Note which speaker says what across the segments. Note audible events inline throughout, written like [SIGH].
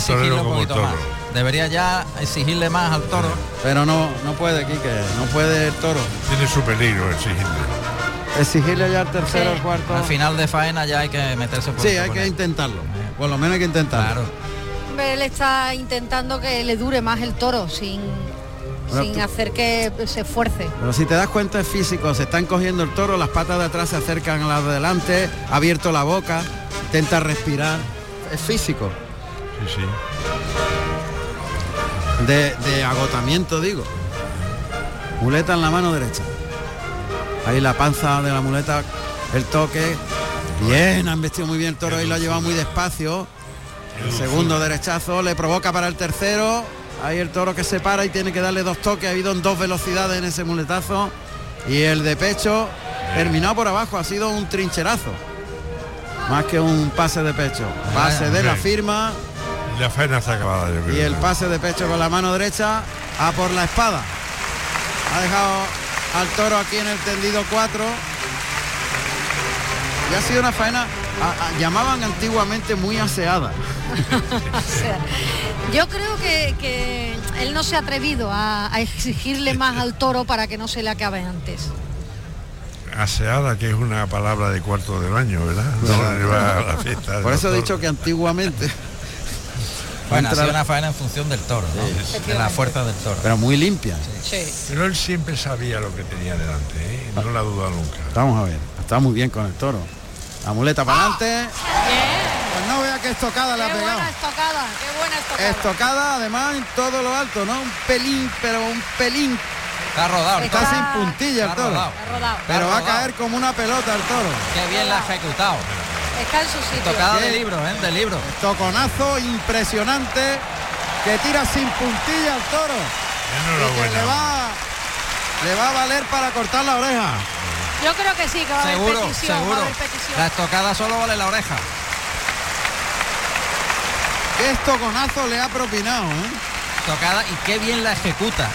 Speaker 1: exigirlo un poquito más. Debería ya exigirle más al toro,
Speaker 2: pero no no puede, Quique, no puede el toro.
Speaker 3: Tiene su peligro exigirle.
Speaker 2: Exigirle ya al tercero, al cuarto.
Speaker 1: Al final de faena ya hay que meterse por
Speaker 2: Ah. Sí,
Speaker 1: el
Speaker 2: hay que
Speaker 1: taponero.
Speaker 2: intentarlo. Por lo menos hay que intentarlo.
Speaker 1: Claro.
Speaker 4: Él está intentando que le dure más el toro sin,
Speaker 2: Bueno,
Speaker 4: sin
Speaker 2: tú-
Speaker 4: hacer que se esfuerce. [LAUGHS]
Speaker 2: Pero si te das cuenta es físico, se están cogiendo el toro, las patas de atrás se acercan a las de delante, ha abierto la boca, intenta respirar. Es físico,
Speaker 3: Sí, sí.
Speaker 2: de, de agotamiento digo. Muleta en la mano derecha. Ahí la panza de la muleta, el toque. Bien, han vestido muy bien el toro y lo ha llevado muy despacio. El segundo derechazo le provoca para el tercero. Ahí el toro que se para y tiene que darle dos toques. Ha habido en dos velocidades en ese muletazo. Y el de pecho terminado por abajo. Ha sido un trincherazo. Más que un pase de pecho. Pase de la
Speaker 3: Bien.
Speaker 2: firma
Speaker 3: La faena está acabada, yo creo.
Speaker 2: y el pase de pecho con la mano derecha a por la espada. Ha dejado al toro aquí en el tendido 4. Y ha sido una faena, a- a- llamaban antiguamente muy aseada.
Speaker 4: O sea, yo creo que, que él no se ha atrevido a, a exigirle más al toro para que no se le acabe antes.
Speaker 3: Aseada, que es una palabra de cuarto del año, ¿verdad? No la lleva a la fiesta.
Speaker 2: Por eso he
Speaker 3: doctor.
Speaker 2: dicho que antiguamente,
Speaker 1: Bueno, ha
Speaker 2: Entra-
Speaker 1: sido una faena en función del toro, ¿no? de la fuerza del toro.
Speaker 2: pero muy limpia.
Speaker 3: Pero él siempre sabía lo que tenía delante, ¿eh? no la duda nunca.
Speaker 2: Vamos a ver, está muy bien con el toro. La muleta para adelante. Pues no vea que estocada le ha
Speaker 4: Qué
Speaker 2: pegado.
Speaker 4: buena estocada, qué buena estocada.
Speaker 2: Estocada además en todo lo alto, ¿no? Un pelín, pero un pelín.
Speaker 1: Está rodado, el
Speaker 2: Está
Speaker 1: toro.
Speaker 2: sin puntilla el
Speaker 1: Está
Speaker 2: toro.
Speaker 1: rodado.
Speaker 4: Ha rodado.
Speaker 2: Pero va a
Speaker 1: Está rodado.
Speaker 2: caer como una pelota el toro.
Speaker 1: Qué bien la ha ejecutado.
Speaker 4: Está en su sitio.
Speaker 1: Tocada de libro, ¿eh? De libro.
Speaker 2: Toconazo impresionante que tira sin puntilla al toro. Y que le
Speaker 3: Enhorabuena.
Speaker 2: va, le va a valer para cortar la oreja.
Speaker 4: Yo creo que sí, que va a haber
Speaker 1: Seguro,
Speaker 4: petición, va a
Speaker 1: seguro.
Speaker 4: haber petición.
Speaker 1: La estocada solo vale la oreja.
Speaker 2: Qué toconazo le ha propinado. ¿eh?
Speaker 1: Tocada y qué bien la ejecuta.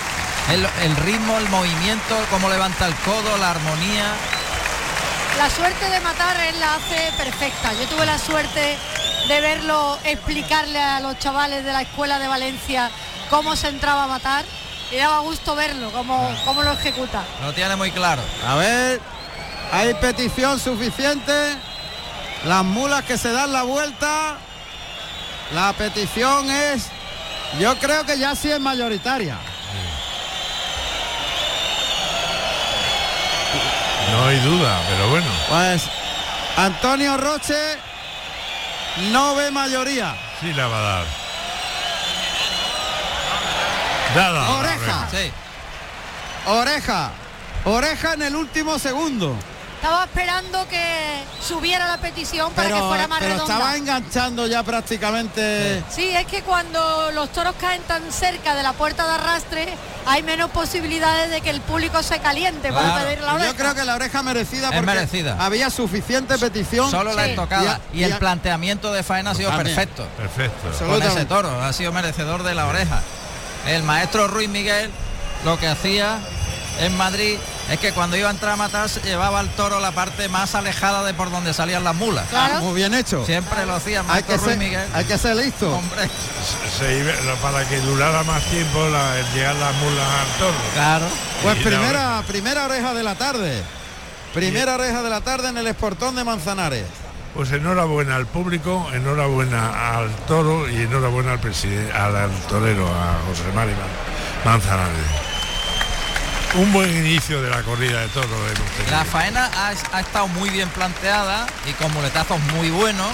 Speaker 1: El, el ritmo, el movimiento, cómo levanta el codo, la armonía.
Speaker 4: La suerte de matar él la hace perfecta. Yo tuve la suerte de verlo explicarle a los chavales de la escuela de Valencia cómo se entraba a matar y daba gusto verlo, cómo, cómo lo ejecuta.
Speaker 1: Lo tiene muy claro.
Speaker 2: A ver, hay petición suficiente. Las mulas que se dan la vuelta. La petición es, yo creo que ya sí es mayoritaria.
Speaker 3: No hay duda, pero bueno.
Speaker 2: Pues Antonio Roche no ve mayoría.
Speaker 3: Sí la va a dar. Dada. la
Speaker 2: Oreja.
Speaker 1: Sí.
Speaker 2: Oreja. Oreja en el último segundo.
Speaker 4: Estaba esperando que subiera la petición para
Speaker 2: Pero, eh,
Speaker 4: que fuera más
Speaker 2: pero
Speaker 4: redonda.
Speaker 2: estaba enganchando ya prácticamente.
Speaker 4: Sí, es que cuando los toros caen tan cerca de la puerta de arrastre, hay menos posibilidades de que el público se caliente para
Speaker 1: Claro.
Speaker 4: pedir la oreja.
Speaker 2: Yo creo que la oreja merecida
Speaker 1: Es
Speaker 2: porque
Speaker 1: merecida.
Speaker 2: había suficiente petición.
Speaker 1: Solo la
Speaker 4: Sí.
Speaker 1: estocada.
Speaker 2: Y a-
Speaker 1: Y,
Speaker 2: y
Speaker 1: el
Speaker 2: a-
Speaker 1: planteamiento de faena ha sido
Speaker 2: También.
Speaker 1: perfecto.
Speaker 3: Perfecto.
Speaker 1: Con
Speaker 2: Absolutamente.
Speaker 1: ese toro. Ha sido merecedor de la oreja. El maestro Ruiz Miguel lo que hacía en Madrid es que cuando iba a entrar a matar se llevaba al toro la parte más alejada de por donde salían las mulas.
Speaker 2: Ah,
Speaker 4: Claro.
Speaker 2: Muy bien hecho.
Speaker 1: Siempre lo hacía el
Speaker 2: Hay
Speaker 1: maestro
Speaker 2: que,
Speaker 1: Ruiz
Speaker 2: ser,
Speaker 1: Miguel.
Speaker 2: hay que ser listo.
Speaker 1: Hombre,
Speaker 3: Se iba- la- para que durara más tiempo la, el llegar las mulas al toro.
Speaker 1: claro.
Speaker 2: Pues
Speaker 3: Y la
Speaker 2: primera,
Speaker 3: oreja.
Speaker 2: primera oreja de la tarde. Primera oreja de la tarde en el esportón de Manzanares.
Speaker 3: Pues enhorabuena al público, enhorabuena al toro y enhorabuena al presidente, al, al torero, a José Mari Man- Manzanares. Un buen inicio de la corrida de toros. ¿eh? hemos tenido.
Speaker 1: La faena ha, ha estado muy bien planteada y con muletazos muy buenos,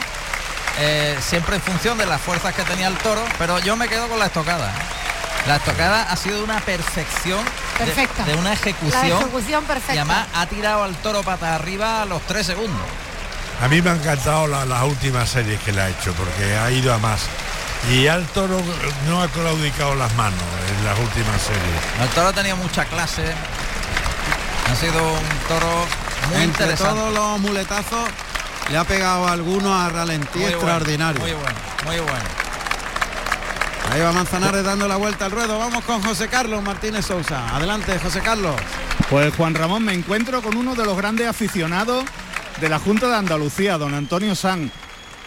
Speaker 1: eh, siempre en función de las fuerzas que tenía el toro, pero yo me quedo con la estocada. ¿eh? La estocada ha sido una perfección de-
Speaker 4: Perfecta.
Speaker 1: de, una
Speaker 4: La
Speaker 1: ejecución,
Speaker 4: ejecución perfecta.
Speaker 1: y además ha tirado al toro pata arriba a los tres segundos.
Speaker 3: A mí me han encantado la- las últimas series que le ha hecho, porque ha ido a más. Y al toro no ha claudicado las manos en las últimas series.
Speaker 1: El toro ha tenido mucha clase, ha sido un toro muy
Speaker 2: Entre
Speaker 1: interesante.
Speaker 2: todos los muletazos le ha pegado alguno a ralentí
Speaker 1: muy bueno,
Speaker 2: extraordinario.
Speaker 1: muy bueno, muy bueno.
Speaker 2: Ahí va Manzanares dando la vuelta al ruedo. Vamos con José Carlos Martínez Sousa. Adelante, José Carlos.
Speaker 5: Pues Juan Ramón, me encuentro con uno de los grandes aficionados de la Junta de Andalucía, don Antonio San,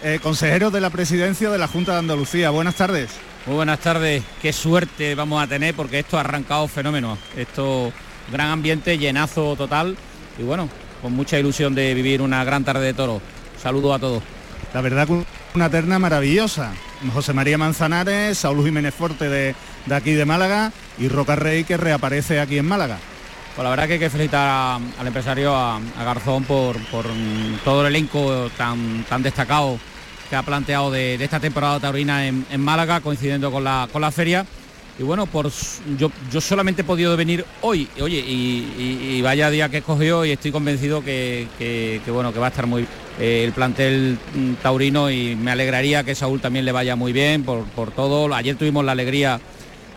Speaker 5: eh, consejero de la presidencia de la Junta de Andalucía. Buenas tardes.
Speaker 6: Muy buenas tardes, qué suerte vamos a tener porque esto ha arrancado fenómeno. Esto, gran ambiente, llenazo total y bueno, con mucha ilusión de vivir una gran tarde de toro. Saludos a todos.
Speaker 5: La verdad que una terna maravillosa. José María Manzanares, Saúl Jiménez Forte de, de aquí de Málaga y Roca Rey que reaparece aquí en Málaga.
Speaker 6: Pues la verdad que hay que felicitar a- al empresario, a, a Garzón, por, por, mm, todo el elenco tan, tan destacado que ha planteado de, de esta temporada taurina en, en Málaga, coincidiendo con la, con la feria. Y bueno, por, s- yo, yo solamente he podido venir hoy, y oye, y, y- y vaya día que escogió y estoy convencido que, que- que, bueno, que va a estar muy eh, el plantel mm, taurino y me alegraría que Saúl también le vaya muy bien por, por todo. Ayer tuvimos la alegría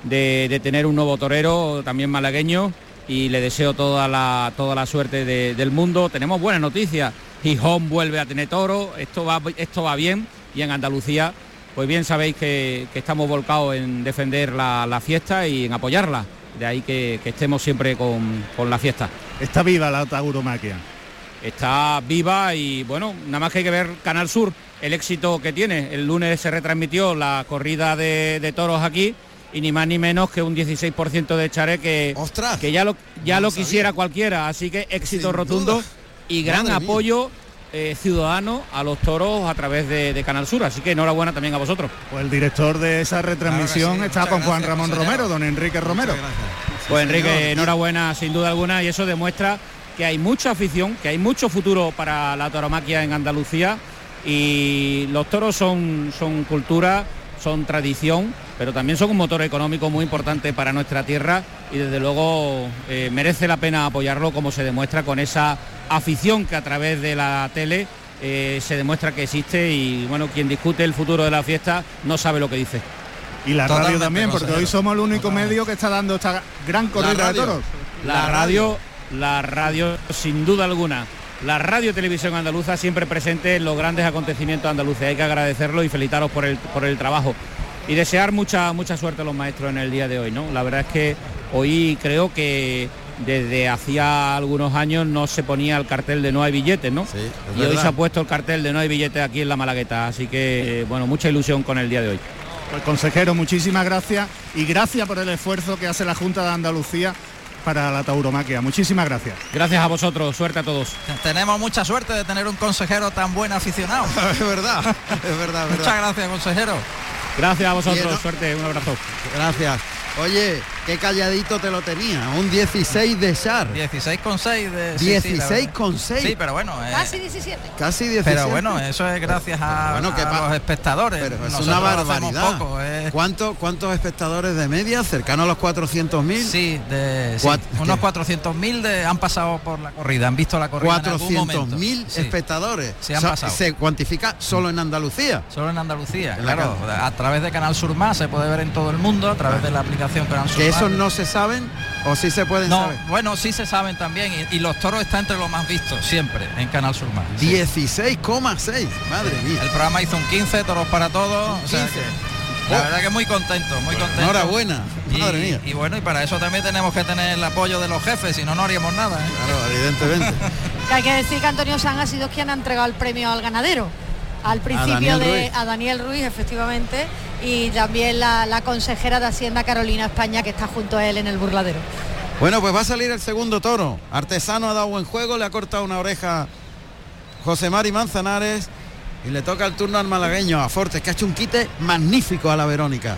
Speaker 6: de, de tener un nuevo torero, también malagueño, y le deseo toda la, toda la suerte de- del mundo. Tenemos buenas noticias. Gijón vuelve a tener toro, esto va, esto va bien, y en Andalucía, pues bien sabéis que, que estamos volcados en defender la, la fiesta y en apoyarla. De ahí que, que estemos siempre con, con la fiesta.
Speaker 5: Está viva la tauromaquia.
Speaker 6: Está viva y bueno, nada más que hay que ver Canal Sur, el éxito que tiene. El lunes se retransmitió la corrida de, de toros aquí y ni más ni menos que un 16% de Charé que,
Speaker 2: ¡Ostras!
Speaker 6: que ya lo, ya
Speaker 2: No
Speaker 6: lo
Speaker 2: lo sabía.
Speaker 6: quisiera cualquiera, así que éxito
Speaker 2: Sin
Speaker 6: rotundo
Speaker 2: duda.
Speaker 6: y gran
Speaker 2: Madre mía.
Speaker 6: apoyo eh, ciudadano a los toros a través de, de Canal Sur, así que enhorabuena también a vosotros.
Speaker 5: Pues el director de esa retransmisión
Speaker 2: Claro que sí,
Speaker 5: está
Speaker 2: muchas
Speaker 5: con Juan
Speaker 2: gracias,
Speaker 5: Ramón
Speaker 2: consejero.
Speaker 5: Romero, don Enrique Romero.
Speaker 2: Muchas gracias.
Speaker 6: Pues
Speaker 2: Sí,
Speaker 6: Enrique,
Speaker 2: señor.
Speaker 6: enhorabuena sin duda alguna y eso demuestra que hay mucha afición, que hay mucho futuro para la tauromaquia en Andalucía y los toros son, son cultura, son tradición, pero también son un motor económico muy importante para nuestra tierra y desde luego eh, merece la pena apoyarlo como se demuestra con esa afición que a través de la tele eh, se demuestra que existe y bueno, quien discute el futuro de la fiesta no sabe lo que dice.
Speaker 5: Y la radio
Speaker 2: Totalmente,
Speaker 5: también, porque hoy
Speaker 2: consejero.
Speaker 5: somos el único
Speaker 2: Totalmente.
Speaker 5: medio que está dando esta gran corrida de
Speaker 2: radio.
Speaker 5: toros.
Speaker 6: La radio, la radio, sin duda alguna. La radio y televisión andaluza siempre presente en los grandes acontecimientos andaluces. Hay que agradecerlo y felicitaros por el, por el trabajo. Y desear mucha, mucha suerte a los maestros en el día de hoy, ¿no? La verdad es que hoy creo que desde hacía algunos años no se ponía el cartel de no hay billetes, ¿no?
Speaker 2: Sí, es
Speaker 6: y hoy se
Speaker 2: verdad.
Speaker 6: ha puesto el cartel de no hay billetes aquí en la Malagueta. Así que, eh, bueno, mucha ilusión con el día de hoy.
Speaker 5: Pues consejero, muchísimas gracias y gracias por el esfuerzo que hace la Junta de Andalucía para la tauromaquia. Muchísimas gracias.
Speaker 6: Gracias a vosotros, suerte a todos.
Speaker 1: Tenemos mucha suerte de tener un consejero tan buen aficionado.
Speaker 2: [LAUGHS] Es verdad, es verdad, es
Speaker 1: Muchas
Speaker 2: verdad.
Speaker 1: gracias, consejero.
Speaker 6: Gracias a
Speaker 2: Bien,
Speaker 6: vosotros,
Speaker 2: ¿no?
Speaker 6: suerte, un abrazo.
Speaker 2: Gracias. Oye, qué calladito te lo tenía. Un 16 de Shar.
Speaker 1: 16 con 6 de... sí, sí, la verdad.
Speaker 2: 16 con 6.
Speaker 1: Sí, pero bueno, eh,
Speaker 4: Casi 17.
Speaker 2: Casi 16.
Speaker 1: pero bueno, eso es gracias a,
Speaker 2: Bueno, que
Speaker 1: a
Speaker 2: pa-
Speaker 1: los espectadores.
Speaker 2: Pero es
Speaker 1: Nosotros
Speaker 2: una
Speaker 1: lo hacemos
Speaker 2: barbaridad.
Speaker 1: poco, eh.
Speaker 2: ¿Cuánto- ¿Cuántos espectadores de media? Cercano a los 400.000.
Speaker 1: Sí, de, sí,
Speaker 2: Cuat-
Speaker 1: unos
Speaker 2: ¿qué?
Speaker 1: 400.000 de- han pasado por la corrida, han visto la corrida. en algún momento.
Speaker 2: 400.000
Speaker 1: Sí,
Speaker 2: espectadores.
Speaker 1: Se han
Speaker 2: Sa-
Speaker 1: pasado.
Speaker 2: se cuantifica solo en Andalucía.
Speaker 1: Solo en Andalucía,
Speaker 2: En la
Speaker 1: claro. A través de Canal Sur Más se puede ver en todo el mundo, a través de la aplicación Canal Sur
Speaker 2: Ah. Que
Speaker 1: Más.
Speaker 2: esos no se saben o sí se pueden
Speaker 1: No,
Speaker 2: saber.
Speaker 1: bueno, sí se saben también. Y, y los toros están entre los más vistos siempre en Canal Sur Más. sí.
Speaker 2: 16,6. Madre mía.
Speaker 1: El programa hizo un 15, toros para todos.
Speaker 2: Un
Speaker 1: o sea
Speaker 2: 15.
Speaker 1: que- la
Speaker 2: Oh.
Speaker 1: verdad que muy contento, muy contento.
Speaker 2: Enhorabuena.
Speaker 1: Y,
Speaker 2: Madre mía.
Speaker 1: y bueno, y para eso también tenemos que tener el apoyo de los jefes, si no, no haríamos nada. ¿eh?
Speaker 2: Claro, evidentemente.
Speaker 4: Que hay que decir que Antonio San ha sido quien ha entregado el premio al ganadero. Al principio
Speaker 2: Daniel
Speaker 4: de
Speaker 2: Ruiz.
Speaker 4: a Daniel Ruiz, efectivamente, y también la, la consejera de Hacienda Carolina España, que está junto a él en el burladero.
Speaker 2: Bueno, pues va a salir el segundo toro. Artesano ha dado buen juego, le ha cortado una oreja José Mari Manzanares y le toca el turno al malagueño, a Fortes, que ha hecho un quite magnífico a la Verónica.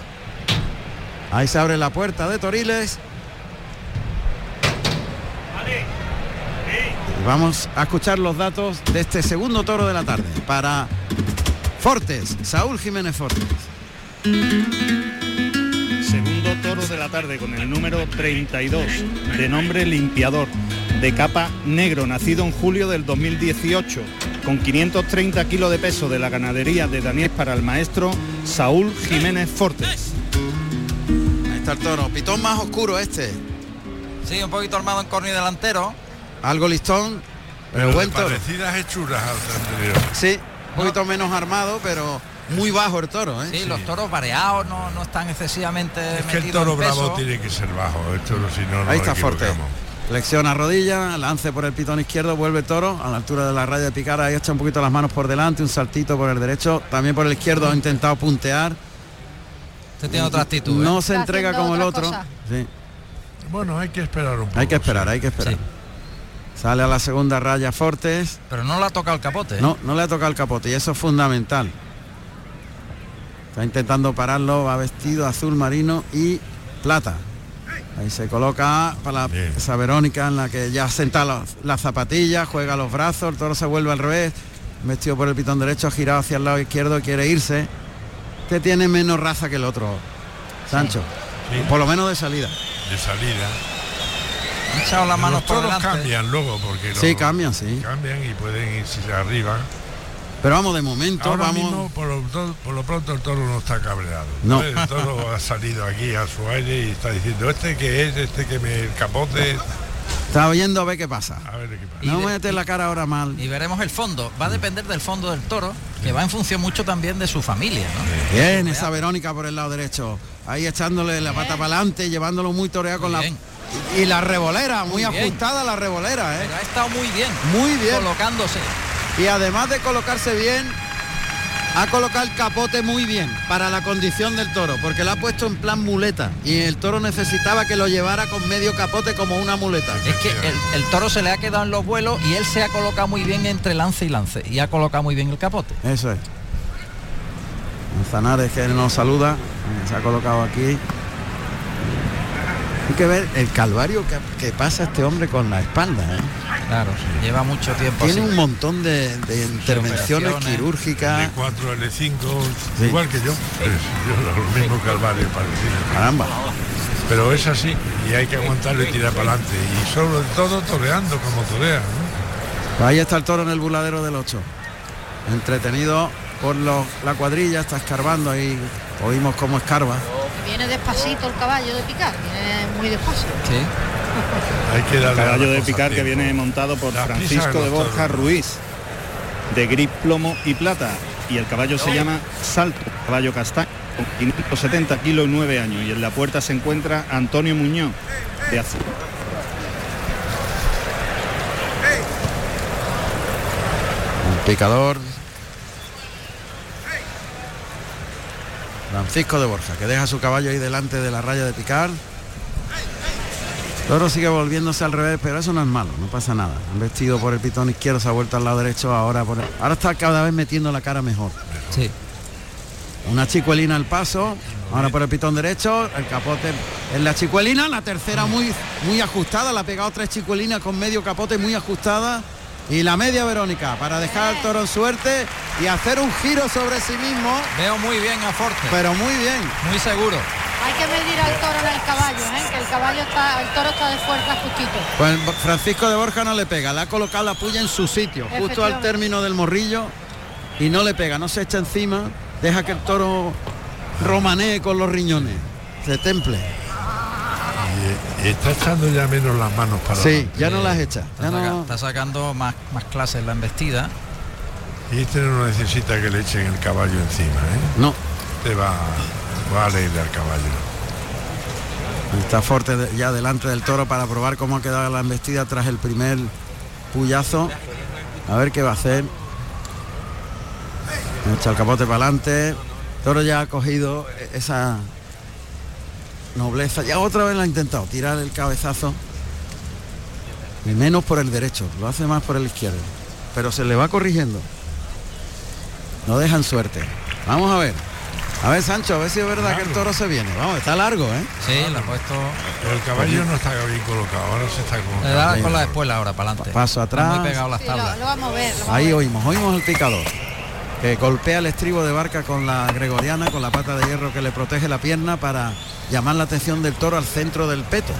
Speaker 2: Ahí se abre la puerta de Toriles. Y vamos a escuchar los datos de este segundo toro de la tarde para Fortes, Saúl Jiménez Fortes.
Speaker 5: Segundo toro de la tarde con el número 32, de nombre Limpiador, de capa negro, nacido en julio del 2018, con 530 kilos de peso de la ganadería de Daniel para el maestro Saúl Jiménez Fortes.
Speaker 2: Ahí está el toro, pitón más oscuro este.
Speaker 1: Sí, un poquito armado en corni delantero.
Speaker 2: Algo listón, pero
Speaker 3: Pero de
Speaker 2: buen toro.
Speaker 3: parecidas hechuras al anterior.
Speaker 2: Sí, un poquito menos armado, pero muy bajo el toro, ¿eh?
Speaker 1: Sí, los toros variados no, no están excesivamente
Speaker 3: Es que
Speaker 1: metidos
Speaker 3: el toro
Speaker 1: en peso.
Speaker 3: bravo tiene que ser bajo, el toro si no nos
Speaker 2: Ahí está Fortes.
Speaker 3: equivocamos.
Speaker 2: Flexiona rodilla, lance por el pitón izquierdo, vuelve toro a la altura de la raya de picara, ahí echa un poquito las manos por delante, un saltito por el derecho, también por el izquierdo ha intentado puntear.
Speaker 1: Usted tiene otra actitud. ¿eh?
Speaker 2: No se
Speaker 4: Está
Speaker 2: entrega
Speaker 4: haciendo
Speaker 2: como el
Speaker 4: otra
Speaker 2: otro.
Speaker 4: cosa.
Speaker 2: Sí,
Speaker 3: Bueno, hay que esperar un poco.
Speaker 2: hay que esperar, hay que esperar.
Speaker 1: Sí.
Speaker 2: Sale a la segunda raya Fortes.
Speaker 1: Pero no la ha tocado el capote. ¿eh?
Speaker 2: No, no le ha tocado el capote y eso es fundamental. Está intentando pararlo, va vestido azul marino y plata. Ahí se coloca para
Speaker 3: Bien.
Speaker 2: esa Verónica en la que ya senta los- las zapatillas, juega los brazos, el toro se vuelve al revés, vestido por el pitón derecho, ha girado hacia el lado izquierdo, quiere irse. Este tiene menos raza que el otro, Sancho.
Speaker 3: Sí.
Speaker 2: Por lo menos de salida.
Speaker 3: De salida.
Speaker 1: Ha echado las manos
Speaker 3: Los
Speaker 1: por
Speaker 3: toros
Speaker 1: delante.
Speaker 3: cambian luego porque los-
Speaker 2: Sí, cambian, sí.
Speaker 3: cambian y pueden irse arriba.
Speaker 2: Pero vamos, de momento
Speaker 3: Ahora
Speaker 2: vamos.
Speaker 3: mismo, por lo, to- por lo pronto, el toro no está cabreado.
Speaker 2: No.
Speaker 3: El toro ha salido aquí a su aire y está diciendo, este que es, este que me el capote,
Speaker 2: Está viendo a ver qué pasa.
Speaker 3: a ver qué pasa.
Speaker 2: No
Speaker 1: de-
Speaker 2: me metes la cara ahora mal.
Speaker 1: Y veremos el fondo. Va a depender del fondo del toro, que va en función mucho también de su familia. ¿no?
Speaker 2: Bien, esa Verónica por el lado derecho. Ahí echándole la pata para adelante, llevándolo muy toreado con
Speaker 1: Bien.
Speaker 2: la. Y la revolera, muy,
Speaker 1: Muy bien.
Speaker 2: ajustada la revolera, ¿eh?
Speaker 1: Pero ha estado muy bien.
Speaker 2: Muy bien.
Speaker 1: Colocándose.
Speaker 2: Y además de colocarse bien, ha colocado el capote muy bien para la condición del toro, porque lo ha puesto en plan muleta. Y el toro necesitaba que lo llevara con medio capote como una muleta.
Speaker 1: Es que el, el toro se le ha quedado en los vuelos y él se ha colocado muy bien entre lance y lance. Y ha colocado muy bien el capote.
Speaker 2: Eso es. Manzanares que nos saluda, eh, se ha colocado aquí. Hay que ver el calvario que, que pasa este hombre con la espalda. ¿eh?
Speaker 1: Claro, lleva mucho tiempo
Speaker 2: Tiene
Speaker 1: así.
Speaker 2: un montón de, de intervenciones
Speaker 1: Pues operaciones.
Speaker 2: quirúrgicas.
Speaker 3: L4, L5,
Speaker 2: Sí.
Speaker 3: igual que yo. Pues, yo lo mismo calvario parecido.
Speaker 2: Caramba.
Speaker 3: Pero es así y hay que aguantarlo y tirar para adelante. Y sobre todo toreando como torea. ¿no?
Speaker 2: Pues Ahí está el toro en el buladero del 8. Entretenido por los- la cuadrilla, está escarbando ahí. Oímos cómo escarba.
Speaker 4: Viene despacito el caballo de picar, viene muy despacio.
Speaker 1: Sí.
Speaker 3: Hay que darle a
Speaker 5: Caballo
Speaker 3: las
Speaker 5: de
Speaker 3: cosas
Speaker 5: picar que
Speaker 3: tiempo.
Speaker 5: viene montado por
Speaker 3: Las prisas
Speaker 5: Francisco de
Speaker 3: de los
Speaker 5: Borja
Speaker 3: toros.
Speaker 5: Ruiz, de gris, plomo y plata. Y el caballo se llama Salto, caballo castaño, con 570 kilos y 9 años. Y en la puerta se encuentra Antonio Muñoz, de azul.
Speaker 2: El picador. Francisco de Borja, que deja su caballo ahí delante de la raya de picar. Toro sigue volviéndose al revés, pero eso no es malo, no pasa nada. Han vestido por el pitón izquierdo, se ha vuelto al lado derecho, ahora por el- Ahora está cada vez metiendo la cara mejor.
Speaker 1: Sí.
Speaker 2: Una chicuelina al paso, ahora por el pitón derecho, el capote en la chicuelina, la tercera muy, muy ajustada, la ha pegado tres chicuelinas con medio capote muy ajustada y la media Verónica para dejar al toro en suerte y hacer un giro sobre sí mismo,
Speaker 1: Veo muy bien a Forte.
Speaker 2: pero muy bien.
Speaker 1: Muy seguro.
Speaker 4: Hay que medir al toro en el caballo, ¿eh? que el caballo está, el toro está de fuerza justito.
Speaker 2: Pues Francisco de Borja no le pega, le ha colocado la puya en su sitio, justo al
Speaker 4: Efectivamente.
Speaker 2: término del morrillo y no le pega, no se echa encima, deja que el toro romanee con los riñones, se temple.
Speaker 3: Y, y está echando ya menos las manos para
Speaker 2: Sí,
Speaker 1: eh,
Speaker 3: adelante.
Speaker 2: ya no las echa.
Speaker 1: Está,
Speaker 2: ya
Speaker 1: saca-
Speaker 2: no-
Speaker 1: está sacando más, más clases la embestida.
Speaker 3: Y este no necesita que le echen el caballo encima. ¿eh?
Speaker 2: No,
Speaker 3: Te va, va a leerle al caballo.
Speaker 2: está fuerte de- ya delante del toro para probar cómo ha quedado la embestida tras el primer puyazo. A ver qué va a hacer. Echa el capote para adelante. Toro ya ha cogido e- esa nobleza. Ya otra vez la ha intentado tirar el cabezazo. Y menos por el derecho, lo hace más por el izquierdo. Pero se le va corrigiendo. No dejan suerte. Vamos a ver. A ver, Sancho, a ver si es verdad que el toro se viene. Vamos, está largo, ¿eh?
Speaker 1: Sí, la ha puesto.
Speaker 3: Pero el caballo no está bien colocado, ahora se está
Speaker 1: Le
Speaker 3: colocando.
Speaker 1: da con la espuela ahora para adelante.
Speaker 2: Paso atrás.
Speaker 1: Muy pegado a las
Speaker 4: Sí, lo,
Speaker 1: tablas.
Speaker 4: lo vamos a ver. lo vamos
Speaker 2: Ahí
Speaker 4: a ver.
Speaker 2: oímos, oímos el picador. Que golpea el estribo de barca con la gregoriana, con la pata de hierro que le protege la pierna para llamar la atención del toro al centro del peto.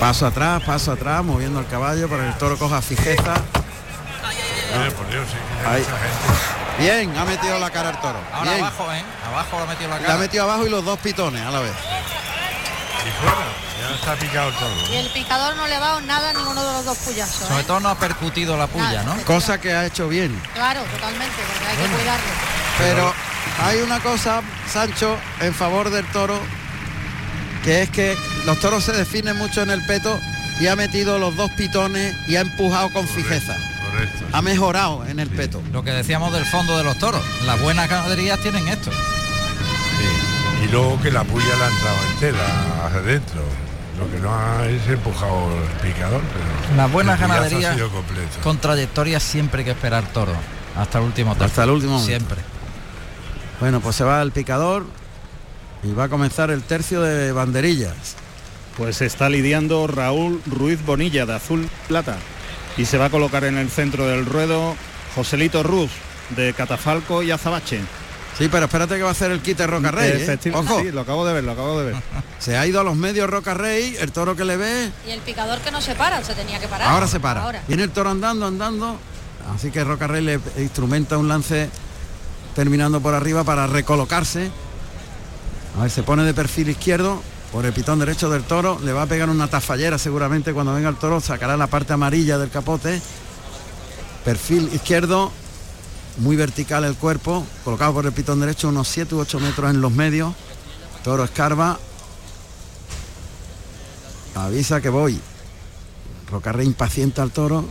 Speaker 2: Paso atrás, paso atrás, moviendo el caballo para que el toro coja fijeza.
Speaker 3: Mira, por Dios, sí, que hay
Speaker 2: Ahí.
Speaker 3: mucha gente.
Speaker 2: Bien, ha metido la cara al toro.
Speaker 1: Ahora
Speaker 2: Bien.
Speaker 1: abajo, ¿eh? Abajo lo ha metido la
Speaker 2: La ha
Speaker 1: cara.
Speaker 2: metido abajo y los dos pitones a la vez.
Speaker 3: Y fuera, ya está picado el toro.
Speaker 4: Y el picador no le ha dado nada a ninguno de los dos puyazos.
Speaker 1: Sobre
Speaker 4: ¿eh?
Speaker 1: todo no ha percutido la puya, ¿no?
Speaker 2: Cosa que ha hecho bien.
Speaker 4: Claro, totalmente, porque hay que cuidarlo.
Speaker 2: Pero hay una cosa, Sancho, en favor del toro, que es que los toros se definen mucho en el peto y ha metido los dos pitones y ha empujado con fijeza.
Speaker 3: Correcto.
Speaker 2: Ha mejorado en el
Speaker 3: Sí.
Speaker 2: peto.
Speaker 1: Lo que decíamos del fondo de los toros. Las buenas ganaderías tienen esto.
Speaker 3: Sí. Y luego que la puya la ha entrado entera hacia adentro. Lo que no ha es empujado el picador, pero
Speaker 1: Las buenas
Speaker 3: el puyazo
Speaker 1: ganaderías
Speaker 3: ha sido completo.
Speaker 1: Con trayectoria siempre hay que esperar toro. Hasta el último toro.
Speaker 2: Hasta el último momento.
Speaker 1: Siempre.
Speaker 2: Bueno, pues se va al picador y va a comenzar el tercio de banderillas.
Speaker 5: Pues está lidiando Raúl Ruiz Bonilla de Azul Plata y se va a colocar en el centro del ruedo Joselito Ruz de Catafalco y Azabache.
Speaker 2: Sí, pero espérate que va a hacer el quite Roca Rey. ¿eh?
Speaker 5: Efectivamente,
Speaker 2: Ojo,
Speaker 5: sí, lo acabo de ver, lo acabo de ver.
Speaker 2: se ha ido a los medios Roca Rey, el toro que le ve,
Speaker 7: Y el picador que no se para, se tenía que parar.
Speaker 2: ahora se para.
Speaker 7: Ahora.
Speaker 2: Viene el toro andando, andando. Así que Roca Rey le instrumenta un lance terminando por arriba para recolocarse. A ver, se pone de perfil izquierdo por el pitón derecho del toro. Le va a pegar una tafallera seguramente cuando venga el toro. Sacará la parte amarilla del capote. Perfil izquierdo. Muy vertical el cuerpo. Colocado por el pitón derecho unos 7 u 8 metros en los medios. Toro escarba. Avisa que voy. Rocarre impacienta al toro.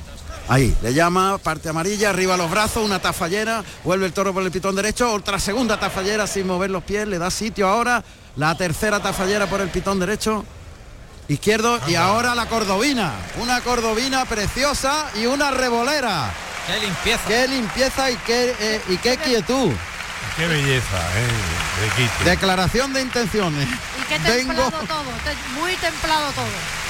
Speaker 2: Ahí, le llama, parte amarilla, arriba los brazos, una tafallera, vuelve el toro por el pitón derecho, otra segunda tafallera sin mover los pies, le da sitio ahora, la tercera tafallera por el pitón derecho, izquierdo y ahora la cordobina, una cordobina preciosa y una revolera.
Speaker 1: Qué limpieza.
Speaker 2: Qué limpieza y qué, eh, y qué quietud.
Speaker 3: Qué belleza, ¿eh? De quite.
Speaker 2: Declaración de intenciones.
Speaker 4: Y qué templado
Speaker 2: Vengo,
Speaker 4: todo, te- muy templado todo.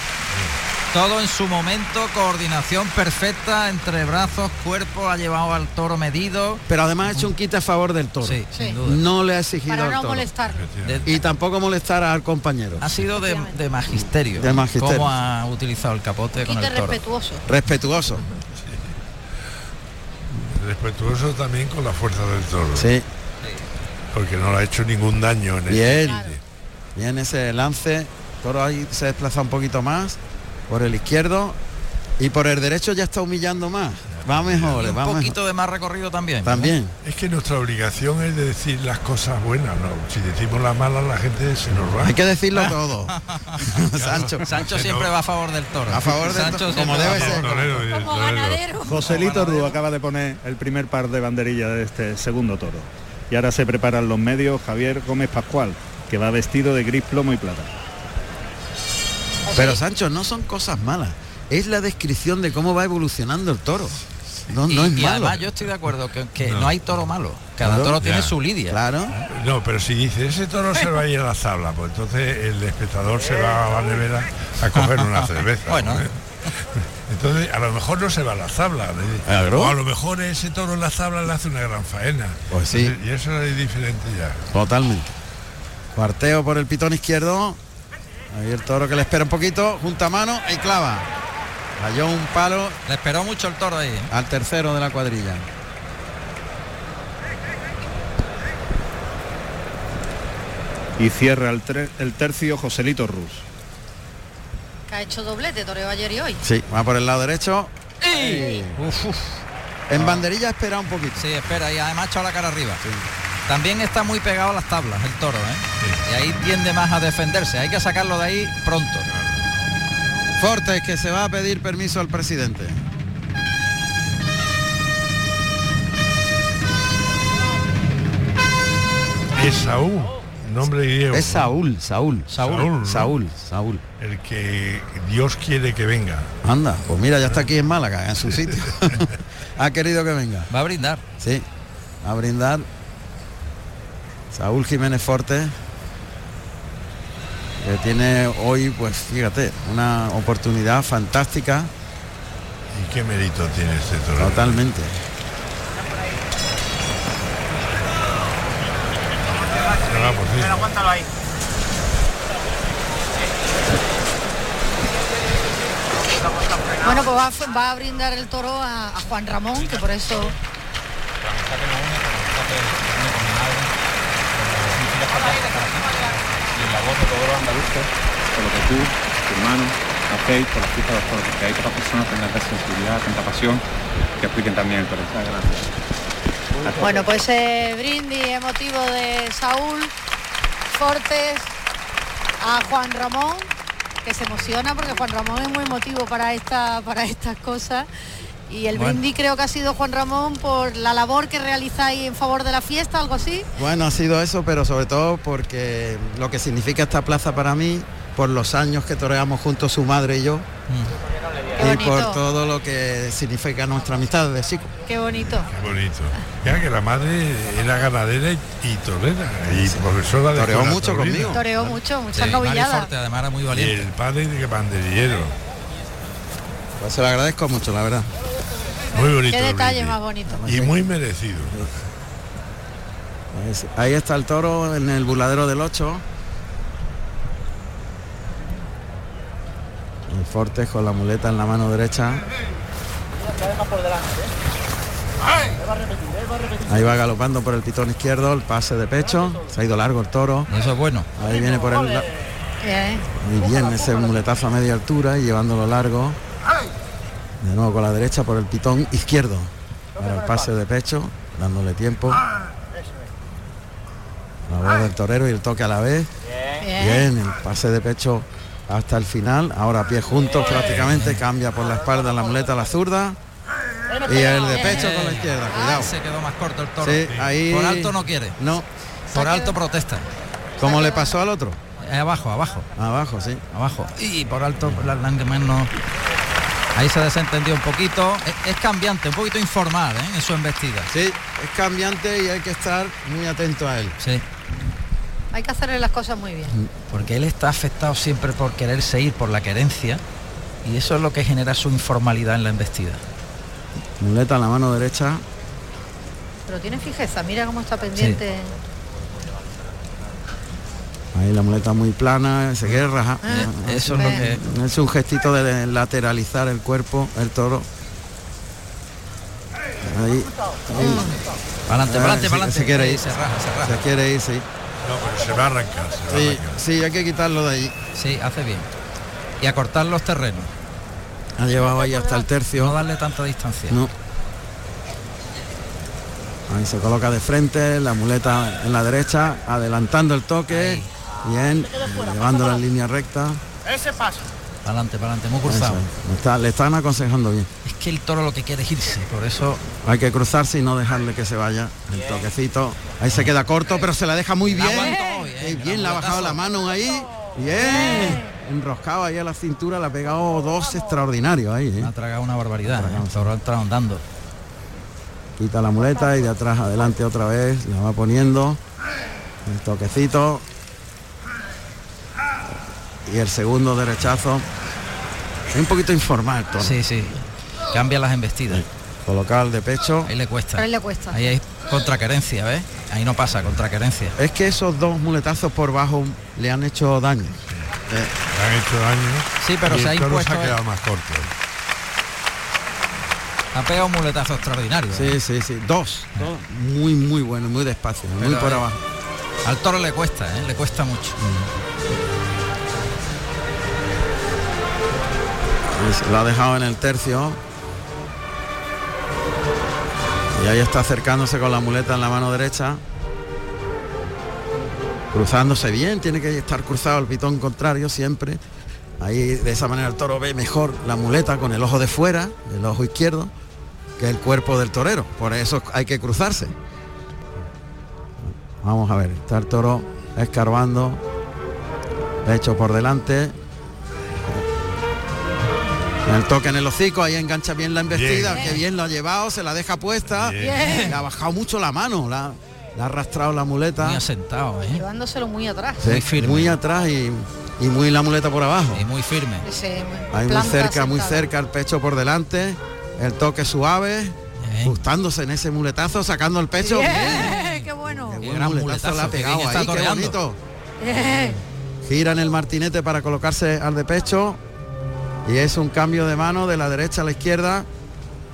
Speaker 1: Todo en su momento, coordinación perfecta entre brazos, cuerpo, ha llevado al toro medido.
Speaker 2: pero además ha hecho un quite a favor del toro.
Speaker 1: Sí, sin
Speaker 4: Sí.
Speaker 1: duda.
Speaker 2: No le ha exigido
Speaker 4: Para
Speaker 2: al
Speaker 4: no
Speaker 2: toro.
Speaker 4: molestar.
Speaker 3: Efectivamente.
Speaker 1: De-
Speaker 2: Y tampoco molestar al compañero.
Speaker 1: ha sido de, de magisterio.
Speaker 2: De magisterio.
Speaker 1: Cómo ha utilizado el capote con
Speaker 7: Quite
Speaker 1: el toro.
Speaker 7: respetuoso.
Speaker 2: Respetuoso.
Speaker 3: Respetuoso también con la fuerza del toro,
Speaker 2: Sí.
Speaker 3: porque no le ha hecho ningún daño en el
Speaker 2: Bien.
Speaker 4: Claro.
Speaker 2: Bien ese lance. Toro ahí se desplaza un poquito más por el izquierdo y por el derecho ya está humillando más. Va mejor,
Speaker 1: Y
Speaker 2: va
Speaker 1: un
Speaker 2: mejor.
Speaker 1: poquito de más recorrido también.
Speaker 2: También.
Speaker 3: Es que nuestra obligación es de decir las cosas buenas, ¿no? Si decimos las malas, la gente se nos va.
Speaker 2: Hay
Speaker 1: [LAUGHS]
Speaker 2: que decirlo todo. Sancho.
Speaker 1: Sancho
Speaker 3: Que no.
Speaker 1: siempre va a favor del toro.
Speaker 2: A favor del
Speaker 1: Sancho
Speaker 2: toro,
Speaker 1: siempre
Speaker 2: como
Speaker 1: va a
Speaker 2: debe
Speaker 1: favor.
Speaker 2: ser.
Speaker 3: Torero, eh,
Speaker 7: Como
Speaker 3: torero.
Speaker 7: ganadero.
Speaker 5: Joselito Ruz acaba de poner el primer par de banderilla de este segundo toro. Y ahora se preparan los medios Javier Gómez Pascual, que va vestido de gris, plomo y plata.
Speaker 2: Pero Sancho, no son cosas malas. Es la descripción de cómo va evolucionando el toro. No,
Speaker 1: Y,
Speaker 2: no es
Speaker 1: y
Speaker 2: malo.
Speaker 1: además yo estoy de acuerdo que, que
Speaker 3: No.
Speaker 1: no. hay toro malo. Cada
Speaker 2: Claro.
Speaker 1: toro tiene
Speaker 3: Ya.
Speaker 1: su lidia.
Speaker 2: Claro.
Speaker 3: No, pero si dice ese toro se va a ir a la tabla, pues entonces el espectador se va a la nevera a coger una cerveza.
Speaker 1: Bueno.
Speaker 3: ¿eh? Entonces, a lo mejor no se va a la tabla. ¿eh?
Speaker 2: Claro.
Speaker 3: O a lo mejor ese toro en la tabla le hace una gran faena.
Speaker 2: Pues sí.
Speaker 3: Entonces, Y eso es diferente ya.
Speaker 2: Totalmente. Cuarteo por el pitón izquierdo. Ahí el toro que le espera un poquito. Junta mano y clava. Cayó un palo
Speaker 1: Le esperó mucho el toro ahí. ¿eh?
Speaker 2: al tercero de la cuadrilla.
Speaker 5: Y cierra el, tre- el tercio Joselito Ruz.
Speaker 7: Que ha hecho doblete, toreo ayer y hoy.
Speaker 2: Sí, va por el lado derecho.
Speaker 1: Uf, uf.
Speaker 2: En banderilla espera un poquito.
Speaker 1: Sí, espera, y además ha echado la cara arriba. También está muy pegado a las tablas el toro, ¿eh? Y ahí tiende más a defenderse. Hay que sacarlo de ahí pronto.
Speaker 2: Fortes que se va a pedir permiso al presidente.
Speaker 3: Esaú, nombre griego.
Speaker 2: Es Saúl, Saúl.
Speaker 1: Saúl.
Speaker 3: Saúl, ¿no?
Speaker 2: Saúl, Saúl.
Speaker 3: El que Dios quiere que venga.
Speaker 2: Anda, pues mira, ya está aquí en Málaga, en su [LAUGHS] sitio. ha querido que venga.
Speaker 1: Va a brindar.
Speaker 2: Sí, a brindar. Saúl Jiménez Forte, que tiene hoy, pues fíjate, una oportunidad fantástica,
Speaker 3: ¿Y qué mérito tiene este toro?
Speaker 2: totalmente.
Speaker 3: Se va por fin.
Speaker 4: Bueno, pues va, a f- va a brindar el toro a, a Juan Ramón, que por eso
Speaker 8: por lo que tú, tu hermano, hacéis por la fiesta de los toros, porque hay otras personas con tanta sensibilidad, tanta pasión, que expliquen también el toro. Gracias.
Speaker 4: Bueno, pues eh, brindis emotivo de Saúl Fortes a Juan Ramón que se emociona porque Juan Ramón es muy emotivo para, esta, para estas cosas. Y el
Speaker 2: Bueno.
Speaker 4: brindis creo que ha sido Juan Ramón por la labor que realizáis en favor de la fiesta, algo así.
Speaker 2: Bueno, ha sido eso, pero sobre todo porque lo que significa esta plaza para mí, por los años que toreamos juntos su madre y yo,
Speaker 4: Mm. Qué
Speaker 2: y por
Speaker 4: bonito.
Speaker 2: todo lo que significa nuestra amistad de chico.
Speaker 4: Qué bonito.
Speaker 3: Qué bonito. Ya que la madre era ganadera y, y torera y profesora de
Speaker 2: Toreó
Speaker 3: escuela
Speaker 2: mucho
Speaker 3: taurina.
Speaker 2: conmigo.
Speaker 4: Toreó mucho, mucha
Speaker 1: Sí, Mari
Speaker 4: novillada.
Speaker 1: Forte, además era muy
Speaker 3: Y
Speaker 1: valiente.
Speaker 3: el padre de banderillero.
Speaker 2: Pues se lo agradezco mucho, la verdad.
Speaker 3: Muy bonito.
Speaker 4: Qué
Speaker 3: el
Speaker 4: detalle
Speaker 3: brindis.
Speaker 4: más bonito.
Speaker 3: Y muy merecido.
Speaker 2: Pues Ahí está el toro en el burladero del 8. El Fortes con la muleta en la mano derecha. Ahí va galopando por el pitón izquierdo, el pase de pecho. Se ha ido largo el toro.
Speaker 1: Eso es bueno.
Speaker 2: Ahí viene por el... la-
Speaker 4: Bien.
Speaker 2: Muy bien, ese muletazo a media altura y llevándolo largo. De nuevo con la derecha por el pitón izquierdo. Para el pase Ah, de pecho, dándole tiempo. La voz del torero y el toque a la vez.
Speaker 4: Bien.
Speaker 2: Ah. Bien, el pase de pecho hasta el final. Ahora pies juntos prácticamente. Cambia por la espalda la muleta a la zurda. Y el de pecho con la izquierda. Cuidado.
Speaker 1: Ay, se quedó más corto el toro.
Speaker 2: Sí, ahí.
Speaker 1: Por alto no quiere.
Speaker 2: No,
Speaker 1: Por alto protesta.
Speaker 2: como le pasó al otro.
Speaker 1: Eh, Abajo, abajo,
Speaker 2: Abajo, sí.
Speaker 1: abajo. Y por alto la Langeman no. Ahí se desentendió un poquito. Es, es cambiante, un poquito informal ¿eh? en su embestida.
Speaker 2: Sí, es cambiante y hay que estar muy atento a él.
Speaker 1: Sí.
Speaker 4: Hay que hacerle las cosas muy bien.
Speaker 2: Mm.
Speaker 1: Porque él está afectado siempre por quererse ir, por la querencia. Y eso es lo que genera su informalidad en la embestida.
Speaker 2: Muleta en la mano derecha.
Speaker 4: Pero tiene fijeza, mira cómo está pendiente.
Speaker 2: Ahí la muleta muy plana, se guerra. ajá.
Speaker 1: Eh, eso es lo que.
Speaker 2: Ah, Es un gestito de lateralizar el cuerpo, el toro. Ahí, ahí
Speaker 1: Pa'lante, pa'lante,
Speaker 2: Ah, se-
Speaker 1: pa'lante.
Speaker 2: se quiere
Speaker 1: Ahí
Speaker 2: ir.
Speaker 1: Se raja, se
Speaker 2: se
Speaker 1: raja.
Speaker 2: quiere ir, sí.
Speaker 3: No, pero se va a arrancar. se va a
Speaker 2: Sí,
Speaker 3: arrancar.
Speaker 2: sí, hay que quitarlo de ahí.
Speaker 1: Sí, hace bien. Y acortar los terrenos.
Speaker 2: Ha llevado ahí hasta el
Speaker 1: No
Speaker 2: tercio.
Speaker 1: darle tanta distancia.
Speaker 2: No. Ahí se coloca de frente, la muleta en la derecha, adelantando el toque. Bien, llevando la línea recta.
Speaker 1: Pa'lante, pa'lante, muy
Speaker 2: Eso
Speaker 1: cruzado.
Speaker 2: es. Está- le están aconsejando bien.
Speaker 1: Es que el toro lo que quiere es irse, por eso
Speaker 2: Hay que cruzarse y no dejarle que se vaya. El toquecito. Ahí se queda corto, pero se la deja muy bien.
Speaker 1: aguantó bien,
Speaker 2: Eh,
Speaker 1: el
Speaker 2: bien, le ha bajado
Speaker 1: aguantazo.
Speaker 2: la mano ahí. Bien. Enroscado ahí a la cintura, le ha pegado dos extraordinarios ahí. eh.
Speaker 1: ha tragado una barbaridad. ¿eh? El toro ha entrado andando.
Speaker 2: Quita la muleta y de atrás adelante otra vez. La va poniendo. El toquecito. Y el segundo derechazo. Es un poquito informal, todo.
Speaker 1: Sí, sí. Cambia las embestidas.
Speaker 2: Colocar de pecho.
Speaker 1: Ahí le cuesta.
Speaker 4: Pero a él le cuesta.
Speaker 1: Ahí hay contraquerencia, ¿ves? Ahí no pasa, contraquerencia.
Speaker 2: Es que esos dos muletazos por bajo le han hecho daño.
Speaker 3: Le han hecho daño.
Speaker 1: Sí, pero
Speaker 3: y
Speaker 1: se ha
Speaker 3: el toro se
Speaker 1: impuesto ¿eh?
Speaker 3: ha
Speaker 1: él.
Speaker 3: quedado más corto.
Speaker 1: Ha pegado un muletazo extraordinario. ¿eh?
Speaker 2: Sí, sí, sí. Dos. Dos. Muy, muy bueno, muy despacio, muy
Speaker 1: Pero,
Speaker 2: por
Speaker 1: eh,
Speaker 2: abajo.
Speaker 1: Al toro le cuesta, ¿eh? le cuesta mucho.
Speaker 2: Es- Lo ha dejado en el tercio. Y ahí está acercándose con la muleta en la mano derecha. Cruzándose bien, tiene que estar cruzado el pitón contrario siempre. Ahí de esa manera el toro ve mejor la muleta con el ojo de fuera, el ojo izquierdo, que el cuerpo del torero. Por eso hay que cruzarse. Vamos a ver, está el toro escarbando, pecho por delante, El toque en el hocico, ahí engancha bien la embestida,
Speaker 3: Bien.
Speaker 2: que bien lo ha llevado, se la deja puesta,
Speaker 3: Bien.
Speaker 2: le ha bajado mucho la mano, la, le ha arrastrado la muleta,
Speaker 1: Muy asentado, ¿eh?
Speaker 4: Llevándoselo muy atrás.
Speaker 2: Sí,
Speaker 1: muy firme.
Speaker 2: muy atrás y, y muy la muleta por abajo.
Speaker 1: Y muy firme.
Speaker 4: Ese eh,
Speaker 2: Ahí muy
Speaker 4: planta
Speaker 2: cerca, muy
Speaker 4: sentada.
Speaker 2: cerca, el pecho por delante, el toque suave,
Speaker 1: Bien.
Speaker 2: gustándose en ese muletazo, sacando el pecho. Bien.
Speaker 4: Bien, ¡Qué bueno!
Speaker 2: Qué
Speaker 1: Qué
Speaker 2: buen
Speaker 1: gran
Speaker 2: muletazo le
Speaker 1: muletazo,
Speaker 2: ha
Speaker 1: qué
Speaker 2: pegado
Speaker 1: bien está
Speaker 2: ahí, qué
Speaker 1: toreando.
Speaker 2: bonito.
Speaker 4: Bien.
Speaker 2: Gira en el martinete para colocarse al de pecho. Y es un cambio de mano de la derecha a la izquierda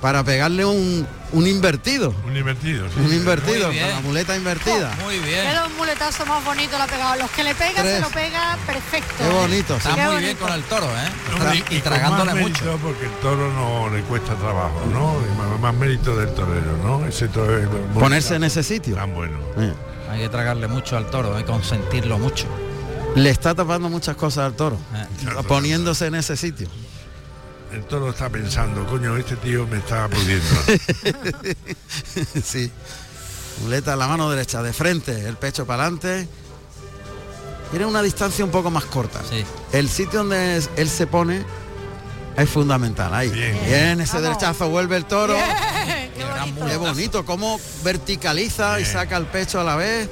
Speaker 2: para pegarle un, un invertido.
Speaker 3: Un invertido. sí.
Speaker 2: Un invertido,
Speaker 1: bien.
Speaker 2: con la muleta invertida.
Speaker 1: Muy
Speaker 4: Es
Speaker 1: bien.
Speaker 4: los muletazos más bonitos la ha pegado. Los que le pega
Speaker 2: Tres.
Speaker 4: se lo pega perfecto.
Speaker 2: Qué bonito, sí.
Speaker 1: Está
Speaker 4: Qué
Speaker 1: muy bien
Speaker 4: bonito.
Speaker 1: con el toro, ¿eh?
Speaker 3: No,
Speaker 1: y,
Speaker 3: con
Speaker 1: tragándole
Speaker 3: más
Speaker 1: mucho.
Speaker 3: mérito, Porque el toro no le cuesta trabajo, ¿no? Y más, más mérito del torero, ¿no? Ese torero,
Speaker 2: Ponerse en ese sitio.
Speaker 3: Tan bueno.
Speaker 2: Eh.
Speaker 1: Hay que tragarle mucho al toro, hay que ¿eh? consentirlo mucho.
Speaker 2: Le está tapando muchas cosas al toro,
Speaker 3: claro.
Speaker 2: poniéndose en ese sitio. [LAUGHS]
Speaker 3: El toro está pensando, coño, este tío me está pudiendo.
Speaker 2: [LAUGHS] sí. Muleta en la mano derecha, de frente, el pecho para adelante. Tiene una distancia un poco más corta.
Speaker 1: Sí.
Speaker 2: El sitio donde es- él se pone es fundamental. Ahí.
Speaker 3: Bien.
Speaker 2: Bien, ese
Speaker 4: Vamos.
Speaker 2: derechazo, vuelve el toro.
Speaker 4: Bien, [LAUGHS] qué
Speaker 1: Gran
Speaker 4: bonito.
Speaker 2: Qué bonito, cómo verticaliza y
Speaker 3: Bien.
Speaker 2: saca el pecho a la vez.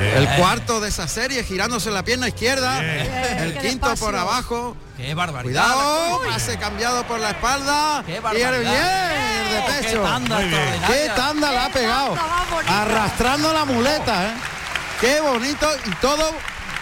Speaker 3: Bien.
Speaker 2: El cuarto de esa serie girándose la pierna izquierda.
Speaker 3: Bien.
Speaker 2: El
Speaker 4: Qué
Speaker 2: quinto por
Speaker 4: despacio.
Speaker 2: abajo.
Speaker 1: ¡Qué barbaridad!
Speaker 2: Cuidado, pase cambiado por la espalda.
Speaker 1: ¡Qué
Speaker 2: Y el
Speaker 1: barbaridad!
Speaker 2: bien, el de
Speaker 1: ¡Qué
Speaker 2: pecho.
Speaker 1: tanda
Speaker 3: Muy bien.
Speaker 2: ¡Qué
Speaker 1: extraordinaria!
Speaker 2: tanda la ha
Speaker 4: Qué
Speaker 2: pegado!
Speaker 4: tanda más bonita.
Speaker 2: Arrastrando la muleta, ¿eh? ¡Qué bonito! Y todo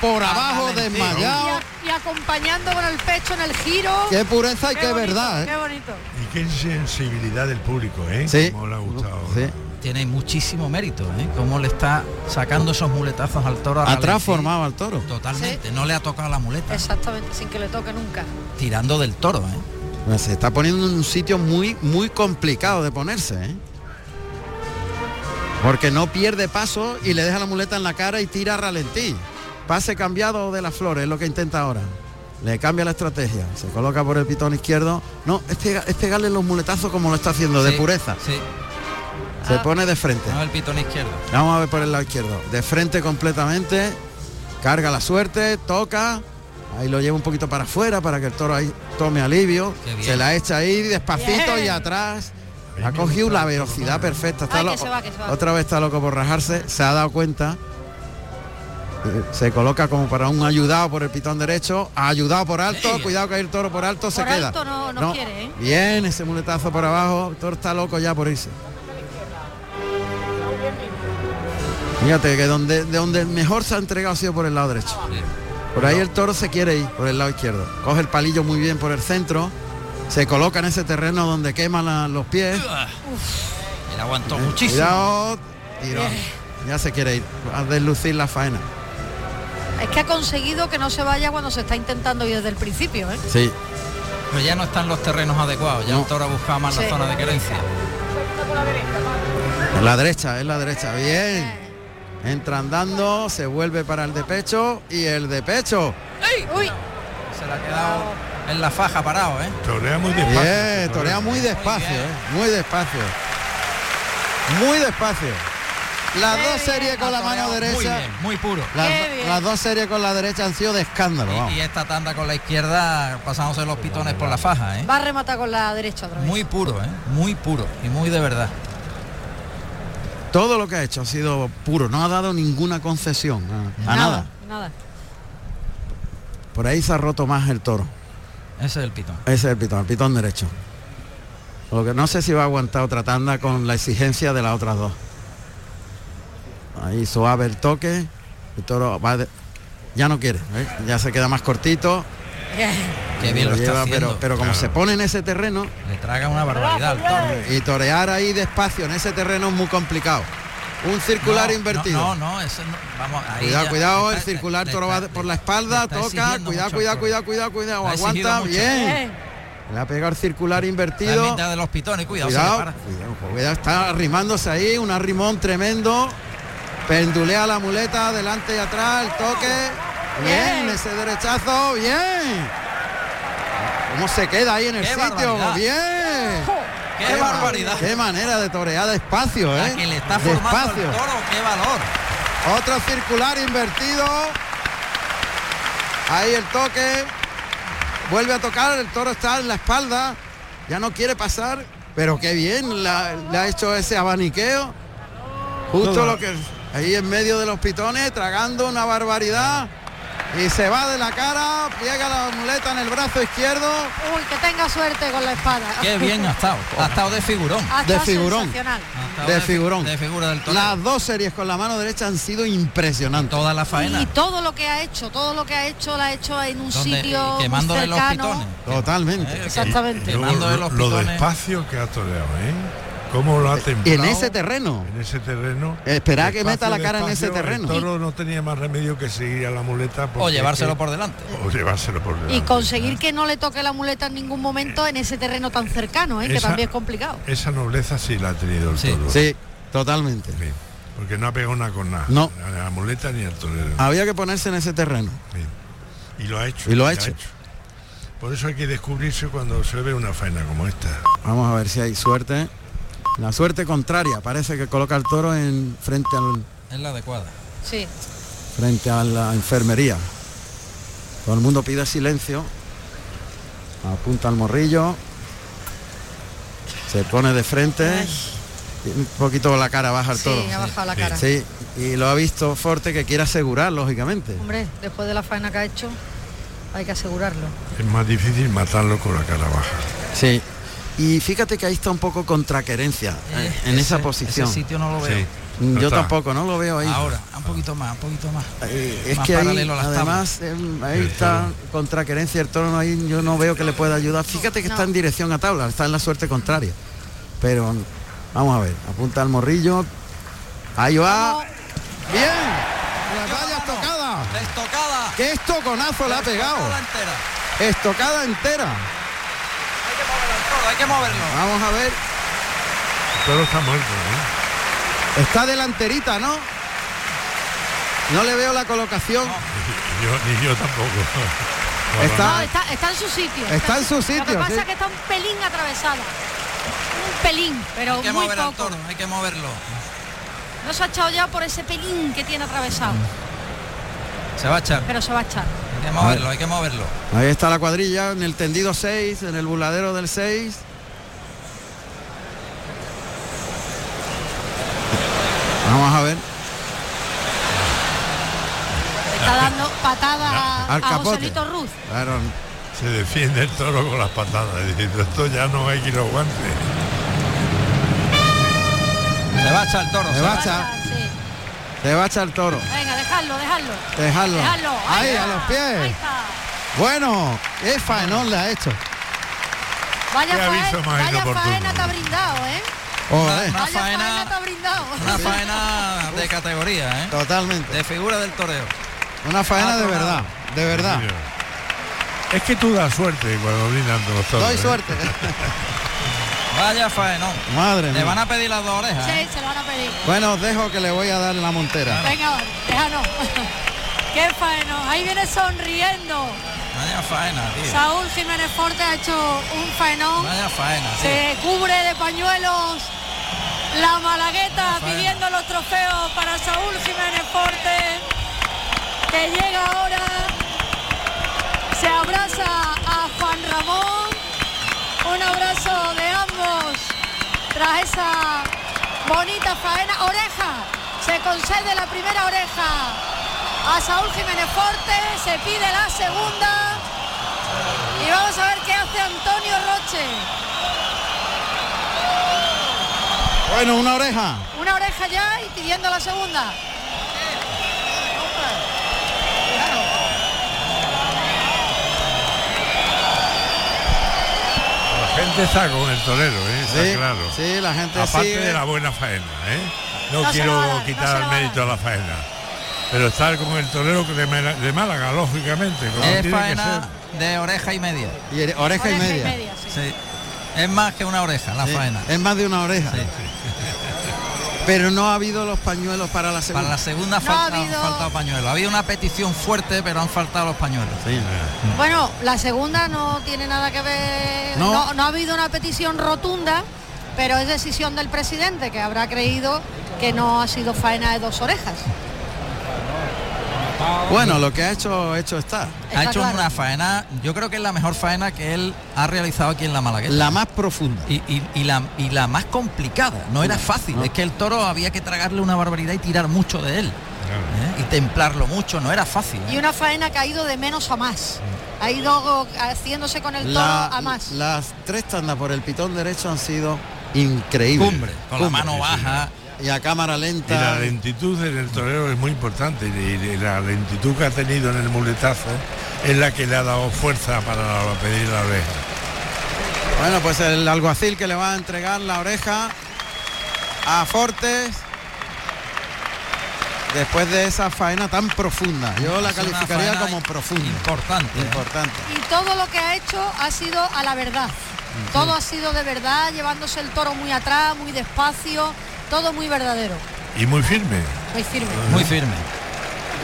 Speaker 2: por abajo,
Speaker 1: Valentino.
Speaker 4: Y,
Speaker 2: desmayado.
Speaker 4: a- y acompañando con el pecho en el giro.
Speaker 2: ¡Qué pureza y qué,
Speaker 4: bonito,
Speaker 2: verdad!
Speaker 4: Qué
Speaker 2: ¿eh?
Speaker 4: bonito.
Speaker 3: Y qué sensibilidad del público, ¿eh?
Speaker 2: Sí.
Speaker 3: Como le ha gustado.
Speaker 2: Sí.
Speaker 1: Tiene muchísimo mérito, ¿eh? Cómo le está sacando esos muletazos al toro. a
Speaker 2: Atrás
Speaker 1: ralentí.
Speaker 2: formaba al toro.
Speaker 1: Totalmente, no le ha tocado la muleta.
Speaker 7: Exactamente, sin que le toque nunca.
Speaker 1: Tirando del toro, ¿eh?
Speaker 2: Se está poniendo en un sitio muy, muy complicado de ponerse, ¿eh? Porque no pierde paso y le deja la muleta en la cara y tira a ralentí. Pase cambiado de las flores, es lo que intenta ahora. Le cambia la estrategia, se coloca por el pitón izquierdo. No, es, pega- es pegarle los muletazos como lo está haciendo, de
Speaker 1: Sí,
Speaker 2: pureza.
Speaker 1: Sí,
Speaker 2: Se pone de frente.
Speaker 1: no el pitón izquierdo.
Speaker 2: Vamos a ver por el lado izquierdo. De frente completamente. Carga la suerte, toca. Ahí lo lleva un poquito para afuera para que el toro ahí tome alivio.
Speaker 1: Qué bien.
Speaker 2: Se la echa ahí despacito
Speaker 4: Bien.
Speaker 2: y atrás.
Speaker 3: Ahí
Speaker 2: Ha
Speaker 3: me
Speaker 2: cogido
Speaker 3: gusta
Speaker 2: la
Speaker 3: el toro,
Speaker 2: velocidad
Speaker 3: ¿no?
Speaker 2: perfecta. Está
Speaker 7: Ay, que
Speaker 2: loco.
Speaker 7: se va, que se va.
Speaker 2: Otra vez está loco por rajarse. Se ha dado cuenta. Eh, Se coloca como para un ayudado por el pitón derecho. Ayudado por alto.
Speaker 1: Sí.
Speaker 2: Cuidado que ahí el toro por alto se
Speaker 7: Por
Speaker 2: queda.
Speaker 7: alto no- no quiere, ¿eh?
Speaker 2: Bien, ese muletazo por abajo. El toro está loco ya por irse. Fíjate que donde, de donde mejor se ha entregado ha sido por el lado derecho.
Speaker 1: Sí.
Speaker 2: Por ahí el toro se quiere ir, por el lado izquierdo. Coge el palillo muy bien por el centro. Se coloca en ese terreno donde quema la- los pies.
Speaker 1: Él aguantó muchísimo.
Speaker 2: Cuidado. tirón. Ya se quiere ir. A deslucir la faena.
Speaker 7: Es que ha conseguido que no se vaya cuando se está intentando ir desde el principio, ¿eh?
Speaker 2: Sí.
Speaker 1: Pero ya no están los terrenos adecuados, ya
Speaker 2: No.
Speaker 1: el toro ha buscado más la
Speaker 7: Sí.
Speaker 1: zona de querencia.
Speaker 2: En la derecha, en la derecha. Bien. Entra andando, se vuelve para el de pecho y el de pecho.
Speaker 7: Uy,
Speaker 1: Se le ha quedado en la faja parado, ¿eh?
Speaker 3: Torea muy despacio.
Speaker 2: Bien, torea muy despacio,
Speaker 1: bien.
Speaker 2: eh, muy despacio. Muy despacio. Las dos series con la
Speaker 1: Ha toreado
Speaker 2: mano
Speaker 1: Muy
Speaker 2: derecha.
Speaker 1: bien, muy puro.
Speaker 2: Las,
Speaker 4: Qué bien.
Speaker 2: las dos series con la derecha han sido de escándalo.
Speaker 1: Y,
Speaker 2: vamos.
Speaker 1: y esta tanda con la izquierda pasándose los pitones por la faja, ¿eh?
Speaker 7: va a rematar con la derecha otra vez.
Speaker 1: Muy puro, ¿eh? Muy puro y muy de verdad.
Speaker 2: Todo lo que ha hecho ha sido puro, no ha dado ninguna concesión a, a nada.
Speaker 7: Nada.
Speaker 2: Por ahí se ha roto más el toro.
Speaker 1: Ese es el pitón.
Speaker 2: Ese es el pitón, el pitón derecho. Lo que no sé si va a aguantar otra tanda con la exigencia de las otras dos. Ahí suave el toque. El toro va de- ya no quiere, ¿eh? ya se queda más cortito.
Speaker 1: Qué bien lo, está
Speaker 2: lleva,
Speaker 1: haciendo.
Speaker 2: pero, pero como se pone en ese terreno
Speaker 1: Le traga una barbaridad al toro.
Speaker 2: y torear ahí despacio en ese terreno es muy complicado. Un circular
Speaker 1: No,
Speaker 2: invertido.
Speaker 1: No, no, no, eso no. Vamos, ahí
Speaker 2: Cuidado,
Speaker 1: ya-
Speaker 2: cuidado,
Speaker 1: le
Speaker 2: el
Speaker 1: está-
Speaker 2: circular
Speaker 1: le
Speaker 2: toro
Speaker 1: está-
Speaker 2: va por
Speaker 1: le-
Speaker 2: la
Speaker 1: le
Speaker 2: espalda,
Speaker 1: está
Speaker 2: toca,
Speaker 1: exigiendo
Speaker 2: cuidado,
Speaker 1: mucho
Speaker 2: cuidado,
Speaker 1: al
Speaker 2: cuidado, cuidado, cuidado,
Speaker 1: Está exigido
Speaker 2: aguanta
Speaker 1: mucho.
Speaker 7: Eh,
Speaker 4: Eh.
Speaker 2: bien. Le ha pegado el circular
Speaker 1: toro. La
Speaker 2: invertido.
Speaker 1: mitad de los pitones, cuidado, se le
Speaker 2: Cuidado,
Speaker 1: para.
Speaker 2: cuidado, cuidado, está arrimándose ahí, un arrimón tremendo. Pendulea la muleta, delante y atrás, el toque. Bien,
Speaker 4: Bien.
Speaker 2: ese derechazo, bien. ¿Cómo se queda ahí en el
Speaker 1: ¡Qué
Speaker 2: sitio?
Speaker 1: barbaridad!
Speaker 2: Bien.
Speaker 1: ¡Qué,
Speaker 2: ma-
Speaker 1: barbaridad!
Speaker 2: ¡Qué manera de torear despacio, eh!
Speaker 1: La que le está formando
Speaker 2: despacio.
Speaker 1: el toro, qué valor.
Speaker 2: Otro circular invertido. Ahí el toque. Vuelve a tocar, el toro está en la espalda. Ya no quiere pasar, pero qué bien la- le ha hecho ese abaniqueo. Justo
Speaker 3: Todo.
Speaker 2: lo que ahí en medio de los pitones, tragando una barbaridad. Y se va de la cara, pliega la muleta en el brazo izquierdo.
Speaker 4: Uy, que tenga suerte con la espada.
Speaker 1: Qué bien
Speaker 7: [LAUGHS]
Speaker 1: ha estado. Ha estado de figurón.
Speaker 4: Ha estado
Speaker 2: De figurón.
Speaker 4: sensacional.
Speaker 1: Ha estado
Speaker 2: De figurón.
Speaker 1: De figura del toro.
Speaker 2: Las dos series con la mano derecha han sido impresionantes.
Speaker 1: Toda la faena.
Speaker 7: Y todo lo que ha hecho, todo lo que ha hecho, lo ha hecho en un
Speaker 1: Donde-
Speaker 7: sitio muy
Speaker 1: quemándole Eh, los
Speaker 7: cercano.
Speaker 1: pitones.
Speaker 2: Totalmente.
Speaker 1: Eh,
Speaker 7: Exactamente.
Speaker 3: Y luego
Speaker 1: Quemando de
Speaker 3: lo,
Speaker 1: los
Speaker 3: lo
Speaker 1: pitones.
Speaker 3: despacio que ha toreado, ¿eh? ¿Cómo lo ha
Speaker 2: Y
Speaker 3: templado?
Speaker 2: en ese terreno.
Speaker 3: en ese terreno.
Speaker 2: Esperá que meta la
Speaker 3: Despacio,
Speaker 2: cara en ese
Speaker 3: despacio,
Speaker 2: terreno.
Speaker 3: El toro no tenía más remedio que seguir a la muleta.
Speaker 1: O
Speaker 3: porque
Speaker 1: llevárselo
Speaker 3: es
Speaker 1: por delante.
Speaker 3: que- o llevárselo por delante.
Speaker 7: Y conseguir que no le toque la muleta en ningún momento en ese terreno tan cercano, ¿eh? que
Speaker 3: Esa-
Speaker 7: también es complicado.
Speaker 3: Esa nobleza sí la ha tenido el
Speaker 1: Sí.
Speaker 3: toro.
Speaker 2: Sí, totalmente.
Speaker 3: Sí. Porque no ha pegado una con nada.
Speaker 2: No.
Speaker 3: Ni a la muleta ni al torero.
Speaker 2: Había que ponerse en ese terreno.
Speaker 3: Y lo ha hecho.
Speaker 2: Y lo ha
Speaker 3: y
Speaker 2: hecho.
Speaker 3: Por eso hay que descubrirse cuando se ve una faena como esta.
Speaker 2: Vamos a ver si hay suerte. La suerte contraria, parece que coloca el toro en frente al
Speaker 1: Es la adecuada.
Speaker 7: Sí.
Speaker 2: frente a la enfermería. Todo el mundo pide silencio. Apunta al morrillo. Se pone de frente. y un poquito la cara baja al
Speaker 7: Sí,
Speaker 2: toro.
Speaker 7: ha bajado la cara.
Speaker 2: Sí, y lo ha visto Forte que quiere asegurar, lógicamente.
Speaker 7: Hombre, después de la faena que ha hecho, hay que asegurarlo.
Speaker 3: Es más difícil matarlo con la cara baja.
Speaker 2: Sí. Y fíjate que ahí está un poco contra querencia eh, en
Speaker 1: Ese-
Speaker 2: esa posición.
Speaker 1: Ese sitio no lo veo.
Speaker 3: Sí.
Speaker 2: Yo
Speaker 3: No está.
Speaker 2: tampoco, no lo veo ahí.
Speaker 1: Ahora, un poquito más, un poquito más.
Speaker 2: Eh, es
Speaker 1: Más
Speaker 2: que ahí,
Speaker 1: paralelo a las
Speaker 2: además, em, ahí
Speaker 3: El
Speaker 2: está
Speaker 3: toro.
Speaker 2: contra querencia el toro, no hay- yo no veo que le pueda ayudar. Fíjate que está en dirección a tabla, está en la suerte contraria. Pero vamos a ver, apunta al morrillo. Ahí va. Bien. Las vallas tocadas.
Speaker 1: Estocada.
Speaker 2: ¡Qué estoconazo le ha pegado!
Speaker 1: Estocada entera.
Speaker 2: Estocada entera.
Speaker 1: Hay que moverlo al toro, hay que moverlo.
Speaker 2: Vamos a ver.
Speaker 3: El toro está muerto, ¿eh?
Speaker 2: Está delanterita, ¿no? No le veo la colocación.
Speaker 3: Y [LAUGHS] yo, ni yo tampoco.
Speaker 2: [LAUGHS]
Speaker 3: Ahora,
Speaker 2: Está-
Speaker 7: No, está, está en su sitio.
Speaker 2: Ah. Está en su
Speaker 7: Lo que
Speaker 2: sitio,
Speaker 7: pasa
Speaker 2: sí.
Speaker 7: es que está un pelín atravesada. Un pelín, pero
Speaker 1: Hay que
Speaker 7: muy
Speaker 1: mover al
Speaker 7: poco.
Speaker 1: toro, hay que moverlo.
Speaker 7: No se ha echado ya por ese pelín que tiene atravesado,
Speaker 2: Mm.
Speaker 1: Se va a echar.
Speaker 7: pero se va a echar.
Speaker 1: Hay que moverlo, hay que moverlo.
Speaker 2: Ahí está la cuadrilla en el tendido 6, en el burladero del 6. Vamos a ver.
Speaker 4: Está dando patadas a,
Speaker 2: Al
Speaker 4: a
Speaker 2: capote.
Speaker 4: Joselito Ruz.
Speaker 2: Claro.
Speaker 3: Se defiende el toro con las patadas, diciendo esto ya no hay quien lo aguante.
Speaker 1: Se va a echar el toro.
Speaker 2: Se
Speaker 1: se
Speaker 2: va a
Speaker 1: va.
Speaker 2: echar.
Speaker 7: Ah, sí.
Speaker 2: Te va a echar el toro.
Speaker 7: Venga, dejarlo, dejarlo.
Speaker 2: Dejarlo.
Speaker 7: Dejarlo.
Speaker 2: Ahí,
Speaker 7: está.
Speaker 2: a los
Speaker 7: Ahí
Speaker 2: pies.
Speaker 7: está.
Speaker 2: Bueno, es faenón le ha hecho.
Speaker 7: Vaya,
Speaker 3: Qué aviso
Speaker 7: faena,
Speaker 3: más
Speaker 7: vaya
Speaker 3: inoportuno.
Speaker 7: faena te ha brindado, ¿eh?
Speaker 2: Joder,
Speaker 1: Una
Speaker 7: Vaya faena, te ha
Speaker 1: faena,
Speaker 7: brindado.
Speaker 1: una faena de categoría, ¿eh?
Speaker 2: totalmente.
Speaker 1: De figura del toreo.
Speaker 2: Una faena de
Speaker 1: Ah,
Speaker 2: verdad, de verdad.
Speaker 3: Mira. Es que tú das suerte cuando brindan los toros.
Speaker 2: Doy
Speaker 3: ¿eh?
Speaker 2: suerte.
Speaker 1: Vaya faenón.
Speaker 2: [LAUGHS] Madre
Speaker 1: Le
Speaker 2: mía.
Speaker 1: van a pedir las dos orejas. ¿eh?
Speaker 4: Sí, se lo van a pedir.
Speaker 2: Bueno, os dejo que le voy a dar la montera.
Speaker 4: Venga,
Speaker 7: [LAUGHS]
Speaker 4: déjanos. Qué faeno. Ahí viene sonriendo.
Speaker 1: Vaya faena, tío.
Speaker 4: Saúl Jiménez Forte ha hecho un faenón.
Speaker 1: Vaya faena, tío.
Speaker 4: Se cubre de pañuelos la malagueta pidiendo los trofeos para Saúl Jiménez Forte, que llega ahora, se abraza a Juan Ramón, un abrazo de ambos tras esa bonita faena. Oreja, se concede la primera oreja a Saúl Jiménez Forte, se pide la segunda y vamos a ver qué hace Antonio Roche.
Speaker 2: Bueno, una oreja.
Speaker 4: Una oreja ya y pidiendo la segunda.
Speaker 3: La gente está con el torero, ¿eh? está
Speaker 2: Sí,
Speaker 3: claro.
Speaker 2: sí, la gente
Speaker 3: Aparte
Speaker 2: sigue.
Speaker 3: de la buena faena, ¿eh? No,
Speaker 4: No se
Speaker 3: quiero
Speaker 4: la va a dar, no se
Speaker 3: quitar
Speaker 4: la
Speaker 3: el
Speaker 4: va a
Speaker 3: mérito a la faena. Pero estar con el torero que de, Mala- de Málaga, lógicamente. como tiene
Speaker 1: Es
Speaker 3: que
Speaker 1: faena de oreja y media.
Speaker 2: Y ere- oreja, y media.
Speaker 4: sí.
Speaker 1: Sí. Es más que una oreja, la
Speaker 2: Sí,
Speaker 1: faena.
Speaker 2: Es más de una oreja. Pero no ha habido los pañuelos para la
Speaker 1: Para
Speaker 2: segunda.
Speaker 1: la segunda
Speaker 4: No ha
Speaker 1: falta,
Speaker 4: habido-
Speaker 1: han faltado pañuelos. Ha habido una petición fuerte, pero han faltado los pañuelos.
Speaker 2: Sí.
Speaker 3: Ah,
Speaker 7: Bueno, la segunda no tiene nada que ver.
Speaker 2: No.
Speaker 7: No. no ha habido una petición rotunda, pero es decisión del presidente que habrá creído que no ha sido faena de dos orejas.
Speaker 2: Bueno, lo que ha hecho, hecho está.
Speaker 1: Ha
Speaker 7: Está
Speaker 1: hecho
Speaker 7: claro.
Speaker 1: una faena, yo creo que es la mejor faena que él ha realizado aquí en la Malagueta.
Speaker 2: La más profunda.
Speaker 1: Y, y- y la, y la más complicada, no era fácil, es que el toro había que tragarle una barbaridad y tirar mucho de él. ¿eh? Y templarlo mucho, no era fácil. ¿eh?
Speaker 7: Y una faena que ha ido de menos a más. Ha ido haciéndose con el toro
Speaker 2: La-
Speaker 7: a más.
Speaker 2: Las tres tandas por el pitón derecho han sido increíbles.
Speaker 1: Cumbre, con la
Speaker 2: Cumbre.
Speaker 1: mano baja.
Speaker 2: Y a cámara
Speaker 3: Y la
Speaker 2: lenta.
Speaker 3: lentitud en el torero es muy importante. Y, y la lentitud que ha tenido en el muletazo es la que le ha dado fuerza para pedir la oreja.
Speaker 2: Bueno, pues el alguacil que le va a entregar la oreja a Fortes. Después de esa faena tan profunda. Yo la
Speaker 1: Es una
Speaker 2: calificaría
Speaker 1: faena
Speaker 2: como profunda.
Speaker 1: Importante. ¿eh?
Speaker 2: Importante.
Speaker 4: Y todo lo que ha hecho ha sido a la verdad. Todo ha sido de verdad, llevándose el toro muy atrás, muy despacio, todo muy verdadero.
Speaker 3: y muy firme.
Speaker 7: muy firme.
Speaker 1: Muy firme.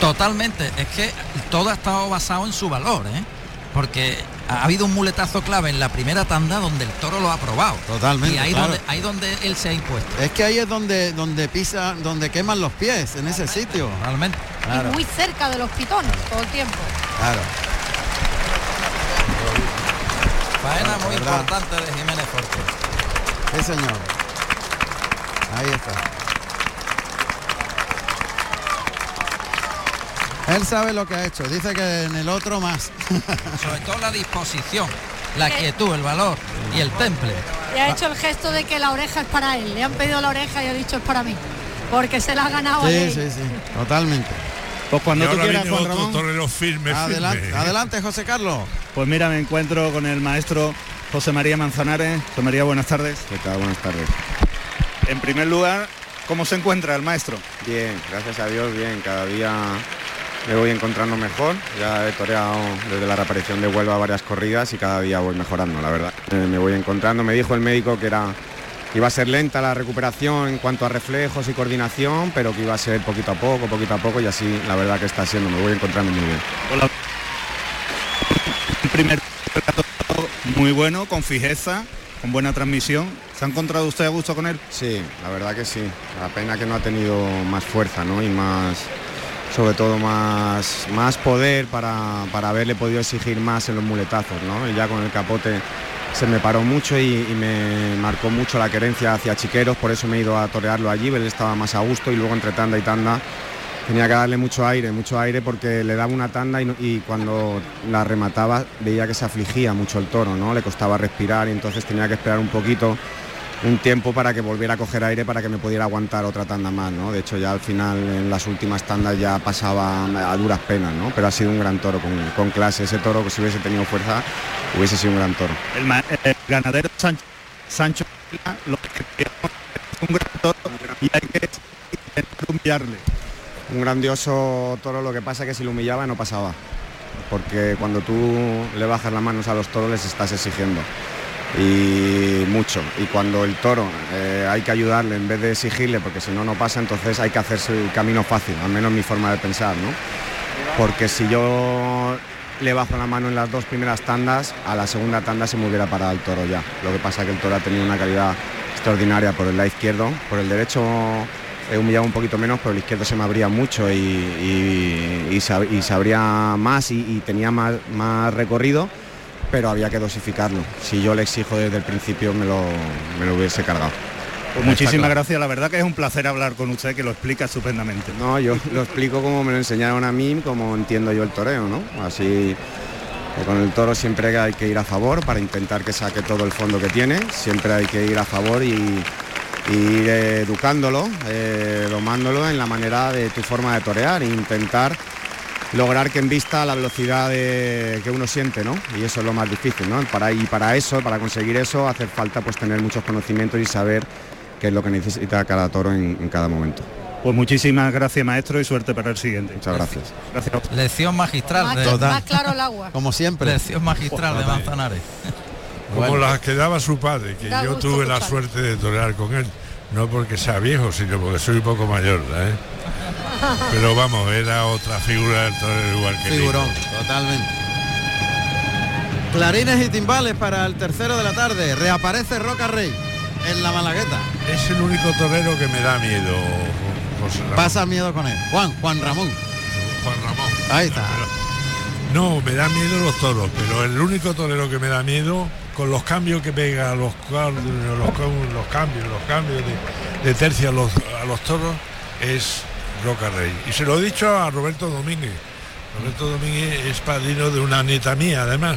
Speaker 1: Totalmente. Es que todo ha estado basado en su valor, ¿eh? Porque ha habido un muletazo clave en la primera tanda donde el toro lo ha probado.
Speaker 2: Totalmente,
Speaker 1: Y ahí,
Speaker 2: claro.
Speaker 1: donde, ahí donde él se ha impuesto.
Speaker 2: Es que ahí es donde donde pisa, donde queman los pies, en ese sitio.
Speaker 1: Realmente.
Speaker 2: Claro,
Speaker 7: Y muy cerca de los pitones todo el tiempo.
Speaker 2: claro.
Speaker 1: Faena
Speaker 2: pues, La
Speaker 1: muy
Speaker 2: verdad.
Speaker 1: importante de Jiménez Forte.
Speaker 2: Sí, señor. Ahí está. Él sabe lo que ha hecho. Dice que en el otro más. [LAUGHS]
Speaker 1: Sobre todo la disposición, la quietud, el valor y el temple.
Speaker 4: Y
Speaker 2: Ah.
Speaker 4: ha hecho el gesto de que la oreja es para él. Le han pedido la oreja y ha dicho es para mí. Porque se la ha ganado a
Speaker 2: Sí,
Speaker 4: él.
Speaker 2: sí, sí. Totalmente.
Speaker 5: Pues cuando
Speaker 3: y
Speaker 5: tú
Speaker 3: ahora
Speaker 5: quieras,
Speaker 3: viene
Speaker 5: Juan
Speaker 3: otro
Speaker 5: Ramón.
Speaker 3: torero firme,
Speaker 2: Adelante,
Speaker 3: firme.
Speaker 2: adelante, José Carlos.
Speaker 5: Pues mira, me encuentro con el maestro José María Manzanares. José María, buenas tardes.
Speaker 9: ¿Qué tal? Buenas tardes.
Speaker 5: En primer lugar, ¿cómo se encuentra el maestro?
Speaker 9: Bien, gracias a Dios, bien. Cada día me voy encontrando mejor. Ya he toreado desde la reaparición de Huelva varias corridas y cada día voy mejorando, la verdad. Eh, me voy encontrando. Me dijo el médico que era iba a ser lenta la recuperación en cuanto a reflejos y coordinación, pero que iba a ser poquito a poco, poquito a poco y así la verdad que está siendo. Me voy encontrando muy bien.
Speaker 5: Hola. Un primer plato muy bueno, con fijeza, con buena transmisión. ¿Se ha encontrado usted a gusto con él?
Speaker 9: Sí, la verdad que sí. La pena que no ha tenido más fuerza, ¿no? Y más, sobre todo más, más poder para, para haberle podido exigir más en los muletazos, ¿no? Y ya con el capote se me paró mucho y, y me marcó mucho la querencia hacia Chiqueros, por eso me he ido a torearlo allí, él estaba más a gusto y luego entre tanda y tanda tenía que darle mucho aire, mucho aire porque le daba una tanda y, no- y cuando la remataba veía que se afligía mucho el toro, ¿no? Le costaba respirar y entonces tenía que esperar un poquito, un tiempo para que volviera a coger aire para que me pudiera aguantar otra tanda más, ¿no? De hecho ya al final en las últimas tandas ya pasaba a duras penas, ¿no? Pero ha sido un gran toro con, con clase, ese toro que si hubiese tenido fuerza hubiese sido un gran toro.
Speaker 5: El, ma- el ganadero Sancho, Sancho lo que queremos es un gran toro y hay que Pues intentar humillarle.
Speaker 9: un grandioso toro, lo que pasa es que si lo humillaba no pasaba. Porque cuando tú le bajas las manos a los toros les estás exigiendo. Y mucho. Y cuando el toro eh, hay que ayudarle en vez de exigirle, porque si no no pasa, entonces hay que hacerse el camino fácil, al menos mi forma de pensar, ¿no? Porque si yo le bajo la mano en las dos primeras tandas, a la segunda tanda se me hubiera parado el toro ya. Lo que pasa es que el toro ha tenido una calidad extraordinaria por el lado izquierdo, por el derecho he humillado un poquito menos, pero el izquierdo se me abría mucho y, y- y se, ab- y se abría más y, y tenía más, más recorrido, pero había que dosificarlo. Si yo le exijo desde el principio me lo, me lo hubiese cargado.
Speaker 5: Pues muchísimas gracias, la verdad que es un placer hablar con usted, que lo explica estupendamente.
Speaker 9: No, yo lo explico como me lo enseñaron a mí, como entiendo yo el toreo, ¿no? Así que con el toro siempre hay que ir a favor para intentar que saque todo el fondo que tiene, siempre hay que ir a favor y, y ir eh, educándolo, eh, domándolo en la manera de tu forma de torear e intentar lograr que en vista la velocidad de- que uno siente, ¿no? Y eso es lo más difícil, ¿no? Para, y para eso, para conseguir eso, hace falta pues tener muchos conocimientos y saber qué es lo que necesita cada toro en- en cada momento.
Speaker 5: Pues muchísimas gracias, maestro, y suerte para el siguiente.
Speaker 9: Muchas gracias.
Speaker 5: Gracias.
Speaker 1: Lección magistral
Speaker 7: Más,
Speaker 1: de,
Speaker 2: Total.
Speaker 7: más claro el
Speaker 2: [LAUGHS]
Speaker 7: agua.
Speaker 2: Como siempre.
Speaker 1: lección magistral de Manzanares. [LAUGHS]
Speaker 3: Como
Speaker 2: Bueno.
Speaker 3: las que daba su padre, que
Speaker 7: Da
Speaker 3: yo
Speaker 7: gusto
Speaker 3: tuve la
Speaker 7: escuchar.
Speaker 3: suerte de torear con él. No porque sea viejo, sino porque soy un poco mayor, ¿eh? Pero vamos, era otra figura del torero igual que
Speaker 2: Figurón,
Speaker 3: Nico.
Speaker 2: totalmente. Clarines y timbales para el tercero de la tarde. Reaparece Roca Rey en la Malagueta.
Speaker 3: Es el único torero que me da miedo, José Ramón.
Speaker 2: Pasa miedo con él. Juan, Juan Ramón.
Speaker 3: Juan Ramón.
Speaker 2: Ahí está.
Speaker 3: No, me da miedo los toros, pero el único torero que me da miedo, con los cambios que pega, los, cuadros, los, com- los cambios, los cambios de, de tercia a los, a los toros, es Roca Rey. Y se lo he dicho a Roberto Domínguez. Roberto Domínguez es padrino de una nieta mía, además.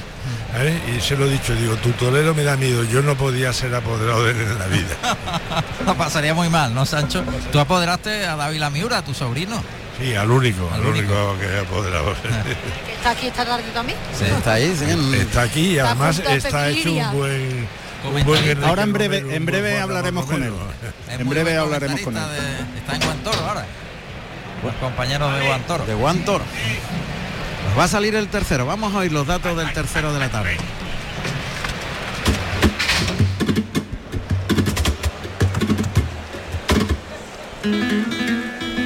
Speaker 3: ¿eh? Y se lo he dicho, digo, tu torero me da miedo, yo no podía ser apoderado de él en la vida.
Speaker 1: Lo pasaría muy mal, ¿no, Sancho? Tú apoderaste a Dávila Miura, a tu sobrino.
Speaker 3: Sí, al único, al,
Speaker 1: Al único.
Speaker 3: único. que he apoderado.
Speaker 7: Que está aquí esta tarde también.
Speaker 1: Sí.
Speaker 2: Está ahí, sí, Mm. en-
Speaker 3: Está aquí y además
Speaker 7: Mm. junto a
Speaker 3: está hecho
Speaker 7: Pequiria.
Speaker 3: un buen... un buen
Speaker 1: Comentarista.
Speaker 3: Enrique
Speaker 5: Ahora en breve-
Speaker 3: Romero,
Speaker 5: en
Speaker 3: un buen
Speaker 5: breve
Speaker 3: Juan Ramón
Speaker 5: hablaremos con él.
Speaker 3: Romero.
Speaker 1: Es
Speaker 5: En
Speaker 1: muy
Speaker 5: breve
Speaker 1: buen
Speaker 5: hablaremos con él.
Speaker 1: comentarista de- está en Guantoro ahora. Pues compañero de Guantoro.
Speaker 2: de Juan Toro. Pues va a salir el tercero. Vamos a oír los datos del tercero de la tarde.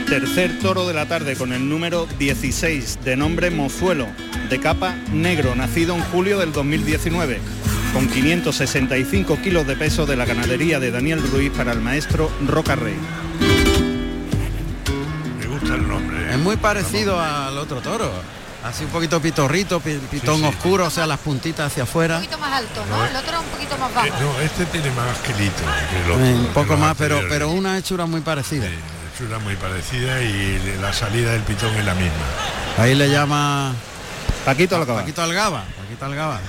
Speaker 5: Tercer toro de la tarde con el número 16, de nombre Mozuelo, de capa negro, nacido en julio del 2019, con 565 kilos de peso de la ganadería de Daniel Ruiz para el maestro Roca Rey.
Speaker 3: [LAUGHS] Me gusta el nombre. ¿eh?
Speaker 2: Es muy parecido al otro toro. Así un poquito pitorrito, pi- pitón
Speaker 3: sí.
Speaker 2: oscuro, o sea, las puntitas hacia
Speaker 7: Un
Speaker 2: afuera.
Speaker 7: poquito más alto, ¿no? El otro era un poquito más bajo.
Speaker 3: Eh, no, este tiene más kilito que el otro,
Speaker 2: Eh, Un
Speaker 3: que
Speaker 2: poco
Speaker 3: los
Speaker 2: más, pero,
Speaker 3: anteriores.
Speaker 2: pero una hechura muy parecida.
Speaker 3: Sí, hechura muy parecida y la salida del pitón es la misma.
Speaker 2: Ahí le llama
Speaker 5: Paquito lo acaba.
Speaker 2: Paquito Algaba. Paquito Algaba.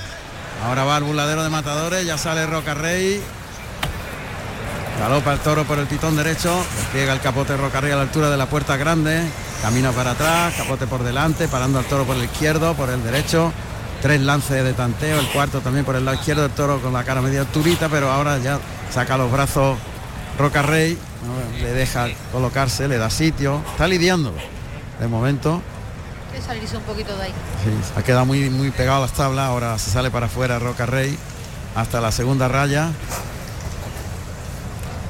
Speaker 2: Ahora va al burladero de matadores, ya sale Roca Rey. Galopa el toro por el pitón derecho, despliega el capote Roca Rey a la altura de la puerta grande, camina para atrás, capote por delante, parando al toro por el izquierdo, por el derecho, tres lances de tanteo, el cuarto también por el lado izquierdo, el toro con la cara media turita, pero ahora ya saca los brazos Roca Rey, ¿no? le deja colocarse, le da sitio, está lidiando de momento.
Speaker 7: Hay Que salirse un poquito de ahí.
Speaker 2: Sí, ha quedado muy, muy pegado a las tablas, ahora se sale para afuera Roca Rey, hasta la segunda raya.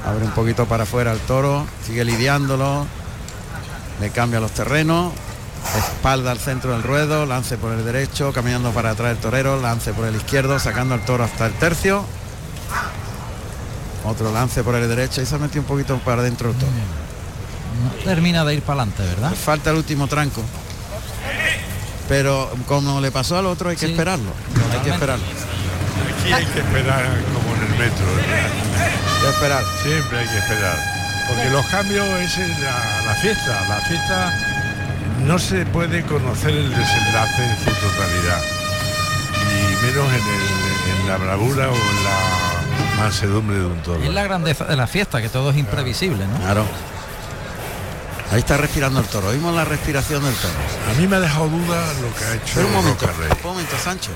Speaker 2: Abre un poquito para afuera el toro, sigue lidiándolo, le cambia los terrenos, espalda al centro del ruedo, lance por el derecho, caminando para atrás el torero, lance por el izquierdo, sacando al toro hasta el tercio. Otro lance por el derecho y se ha metido un poquito para adentro el toro.
Speaker 1: No termina de ir para adelante, ¿verdad?
Speaker 2: Le Falta el último tranco. Pero como le pasó al otro hay que
Speaker 1: Sí.
Speaker 2: esperarlo. Hay que esperarlo.
Speaker 3: Aquí hay que esperar como en el metro, ¿eh? ¿verdad?
Speaker 2: Hay que esperar.
Speaker 3: siempre hay que esperar. Porque los cambios es en la, la fiesta, la fiesta no se puede conocer el desenlace en su totalidad, y menos en, el- en la bravura o en la mansedumbre de un toro.
Speaker 1: Es la grandeza de la fiesta, que todo es imprevisible, ¿no?
Speaker 2: Claro. Ahí está respirando el toro. Vimos la respiración del toro.
Speaker 3: A mí me ha dejado duda lo que ha hecho
Speaker 2: Pero un momento,
Speaker 3: Roca Rey.
Speaker 2: un momento, Sancho.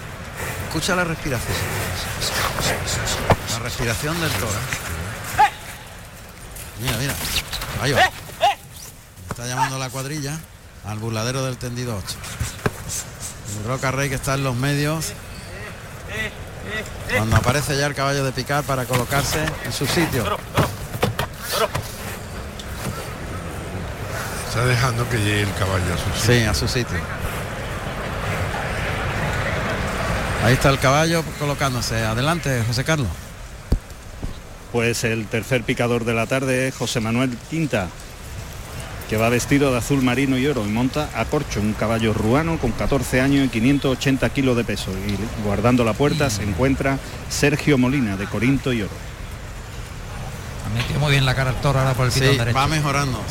Speaker 2: Escucha la respiración. La respiración del toro. Mira, mira. Ahí va. Está llamando la cuadrilla al burladero del tendido 8. El Roca Rey que está en los medios. Cuando aparece ya el caballo de picar para colocarse en su sitio.
Speaker 3: Está dejando que llegue el caballo a su sitio.
Speaker 2: Sí, a su sitio. Ahí está el caballo colocándose. Adelante, José Carlos.
Speaker 5: Pues el tercer picador de la tarde es José Manuel Quinta, que va vestido de azul marino y oro y monta a corcho, un caballo ruano con 14 años y 580 kilos de peso. Y guardando la puerta se encuentra Sergio Molina, de Corinto y oro.
Speaker 1: Ha metido muy bien la cara al toro ahora por el pitón
Speaker 2: Sí,
Speaker 1: derecho.
Speaker 2: va mejorando,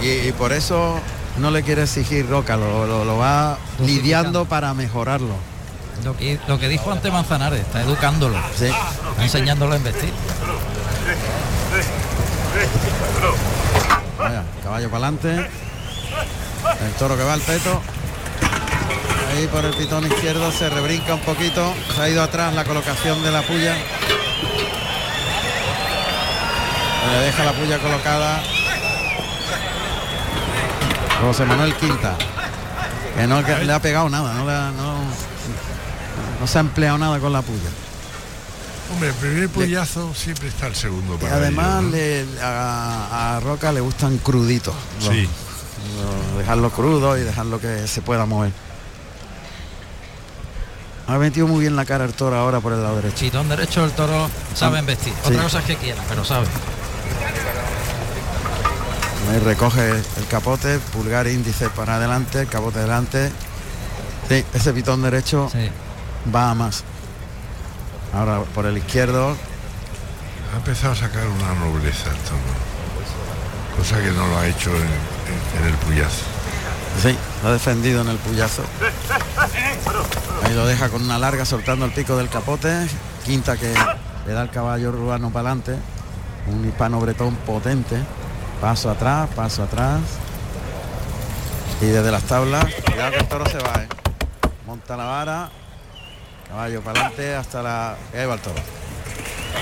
Speaker 2: sí. Y, y por eso no le quiere exigir Roca, lo, lo- lo va lidiando para mejorarlo.
Speaker 1: Lo que, lo que dijo ante Manzanares, está educándolo,
Speaker 2: Sí.
Speaker 1: está enseñándolo a investir.
Speaker 2: Vaya, caballo para adelante. El toro que va al peto. Ahí por el pitón izquierdo se rebrinca un poquito. Se ha ido atrás la colocación de la puya. Le deja la puya colocada. José Manuel Quinta. Que no que le ha pegado nada, no, le ha- no- no se ha empleado nada con la puya.
Speaker 3: Hombre, el primer puyazo siempre está el segundo
Speaker 2: Y
Speaker 3: para
Speaker 2: además
Speaker 3: ellos, ¿no?
Speaker 2: le- a, a Roca le gustan cruditos. los-
Speaker 3: Sí.
Speaker 2: lo- dejarlo crudo y dejarlo que se pueda mover. Ha metido muy bien la cara el toro ahora por el lado derecho.
Speaker 1: Pitón derecho el toro sabe investir.
Speaker 2: Sí.
Speaker 1: Otra cosa es que quiera, pero sabe.
Speaker 2: Ahí recoge el capote, pulgar e índice para adelante, el capote delante. Sí, ese pitón derecho
Speaker 1: Sí.
Speaker 2: va a más. Ahora por el izquierdo,
Speaker 3: Ha empezado a sacar una nobleza el toro, cosa que no lo ha hecho en, en- en el puyazo.
Speaker 2: sí, lo ha defendido en el puyazo. Ahí lo deja con una larga soltando el pico del capote. Quinta que le da el caballo urbano para adelante. Un hispano bretón potente. Paso atrás, paso atrás. Y desde las tablas, cuidado que el toro se va, ¿eh? Monta la vara. Caballo para adelante hasta la. Ahí va el toro.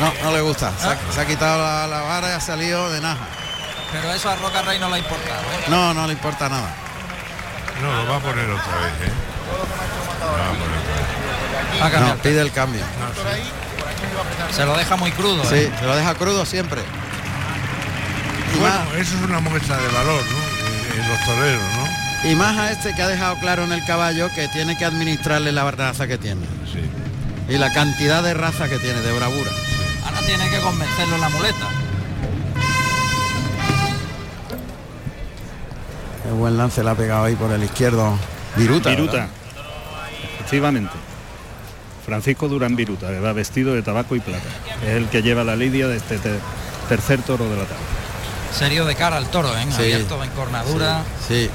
Speaker 2: No, no le gusta. Se ha, se ha quitado la, la vara y ha salido de naja.
Speaker 1: Pero eso a Roca Rey no le ha importado. ¿eh?
Speaker 2: No, no le importa nada.
Speaker 3: No, lo va a poner otra vez, ¿eh? Lo va a poner otra vez.
Speaker 1: Ha
Speaker 2: No,
Speaker 1: cambiado.
Speaker 2: pide el cambio.
Speaker 1: Se lo deja muy crudo.
Speaker 2: Sí,
Speaker 1: ¿eh?
Speaker 2: se lo deja crudo siempre. Y más-
Speaker 3: Bueno, eso es una muestra de valor, ¿no? en los toreros, ¿no?
Speaker 2: Y más a este que ha dejado claro en el caballo que tiene que administrarle la raza que tiene
Speaker 3: Sí.
Speaker 2: y la cantidad de raza que tiene de bravura.
Speaker 1: Ahora tiene que convencerlo la muleta.
Speaker 2: Qué buen lance le ha pegado ahí por el izquierdo. Viruta.
Speaker 5: Viruta.
Speaker 2: ¿verdad?
Speaker 5: Efectivamente. Francisco Durán Viruta, que va vestido de tabaco y plata. Es el que lleva la lidia de este te- tercer toro de la tarde.
Speaker 1: Serio de cara al toro, ¿eh?
Speaker 2: Sí.
Speaker 1: Abierto en cornadura,
Speaker 2: Sí.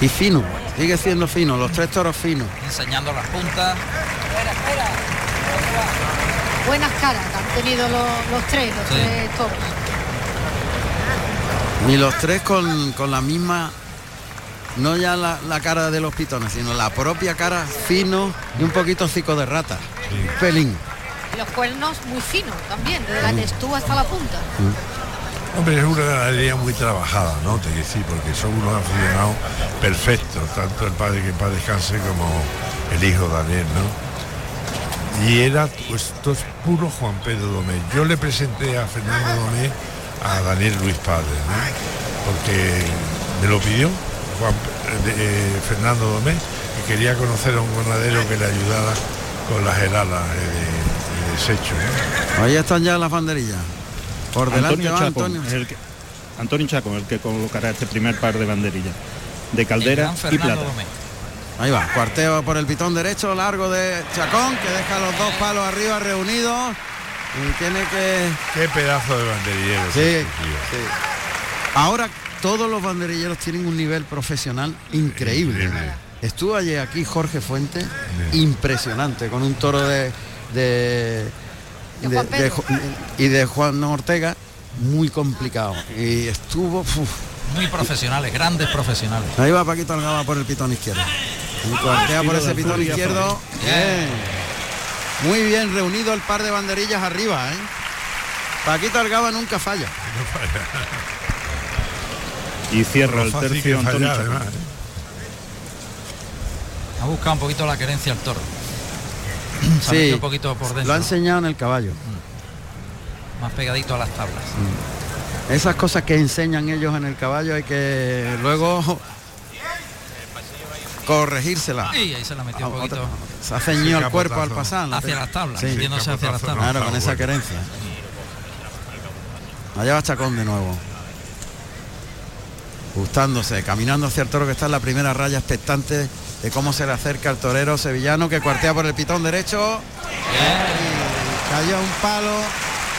Speaker 2: Y fino. Sigue siendo fino. Los tres toros finos.
Speaker 1: enseñando las puntas.
Speaker 7: Buenas caras han tenido los, los tres, los
Speaker 1: Sí.
Speaker 7: tres toros.
Speaker 2: Ni los tres con, con la misma, no ya la, la cara de los pitones, sino la propia cara fino y un poquito hocico de rata. Un Pelín.
Speaker 7: Y los cuernos muy finos también, desde la testúa hasta la punta.
Speaker 3: Hombre, es una ganadería muy trabajada, ¿no? Te quiero decir, porque son unos aficionados perfectos, tanto el padre que en paz descanse como el hijo también, ¿no? Y era, pues, esto es puro Juan Pedro Domé. Yo le presenté a Fernando Domé a Daniel Luis Padre, ¿no? Porque me lo pidió Juan Pe- eh, de- eh, Fernando Domé y quería conocer a un ganadero que le ayudara con las heladas eh, de, de desecho, ¿no?
Speaker 2: Ahí están ya las banderillas. Por delante
Speaker 5: Antonio
Speaker 2: va
Speaker 5: Chacón,
Speaker 2: Antonio.
Speaker 5: es el que, Antonio Chacón, el que colocará este primer par de banderillas. De caldera
Speaker 1: Gran
Speaker 5: y
Speaker 1: Fernando
Speaker 5: plata.
Speaker 1: Domé.
Speaker 2: Ahí va. Cuarteo por el pitón derecho largo de Chacón, que deja los dos palos arriba reunidos. Y tiene que.
Speaker 3: Qué pedazo de banderillero. es
Speaker 2: Sí,
Speaker 3: este tío.
Speaker 2: sí. Ahora todos los banderilleros tienen un nivel profesional increíble.
Speaker 3: Increíble.
Speaker 2: Estuvo ayer aquí Jorge Fuentes, impresionante, con un toro de, de,
Speaker 7: De Juan Pedro.
Speaker 2: Ju- y de Juan Ortega muy complicado. Y estuvo. uf.
Speaker 1: Muy profesionales, grandes profesionales.
Speaker 2: Ahí va Paquito Algaba por el pitón izquierdo. Y cuartea por ese pitón izquierdo. Bien. Muy bien reunido el par de banderillas arriba, ¿eh? Paquito Algaba nunca falla.
Speaker 5: Y cierra
Speaker 3: Lo
Speaker 5: el
Speaker 3: fácil
Speaker 5: tercio
Speaker 3: que
Speaker 5: Antonio
Speaker 3: fallar,
Speaker 5: Chacón.
Speaker 3: además, ¿eh?
Speaker 1: Ha buscado un poquito la querencia al toro. Se ha metido un poquito por
Speaker 2: Lo
Speaker 1: dentro,
Speaker 2: ha enseñado en el caballo.
Speaker 1: más pegadito a las tablas.
Speaker 2: Mm. Esas cosas que enseñan ellos en el caballo hay que luego corregírselas.
Speaker 1: Y ahí se la metió un
Speaker 2: Ah, Otra-
Speaker 1: poquito
Speaker 2: Se ha ceñido
Speaker 3: Sí,
Speaker 2: el cuerpo al
Speaker 3: capotazo.
Speaker 2: pasar. ¿no?
Speaker 1: hacia las tablas,
Speaker 2: Sí.
Speaker 1: metiéndose hacia las tablas.
Speaker 2: Claro, con esa querencia. Allá va Chacón de nuevo. Gustándose, caminando hacia el toro que está en la primera raya expectante de cómo se le acerca el torero sevillano que cuartea por el pitón derecho. Y Cayó un palo.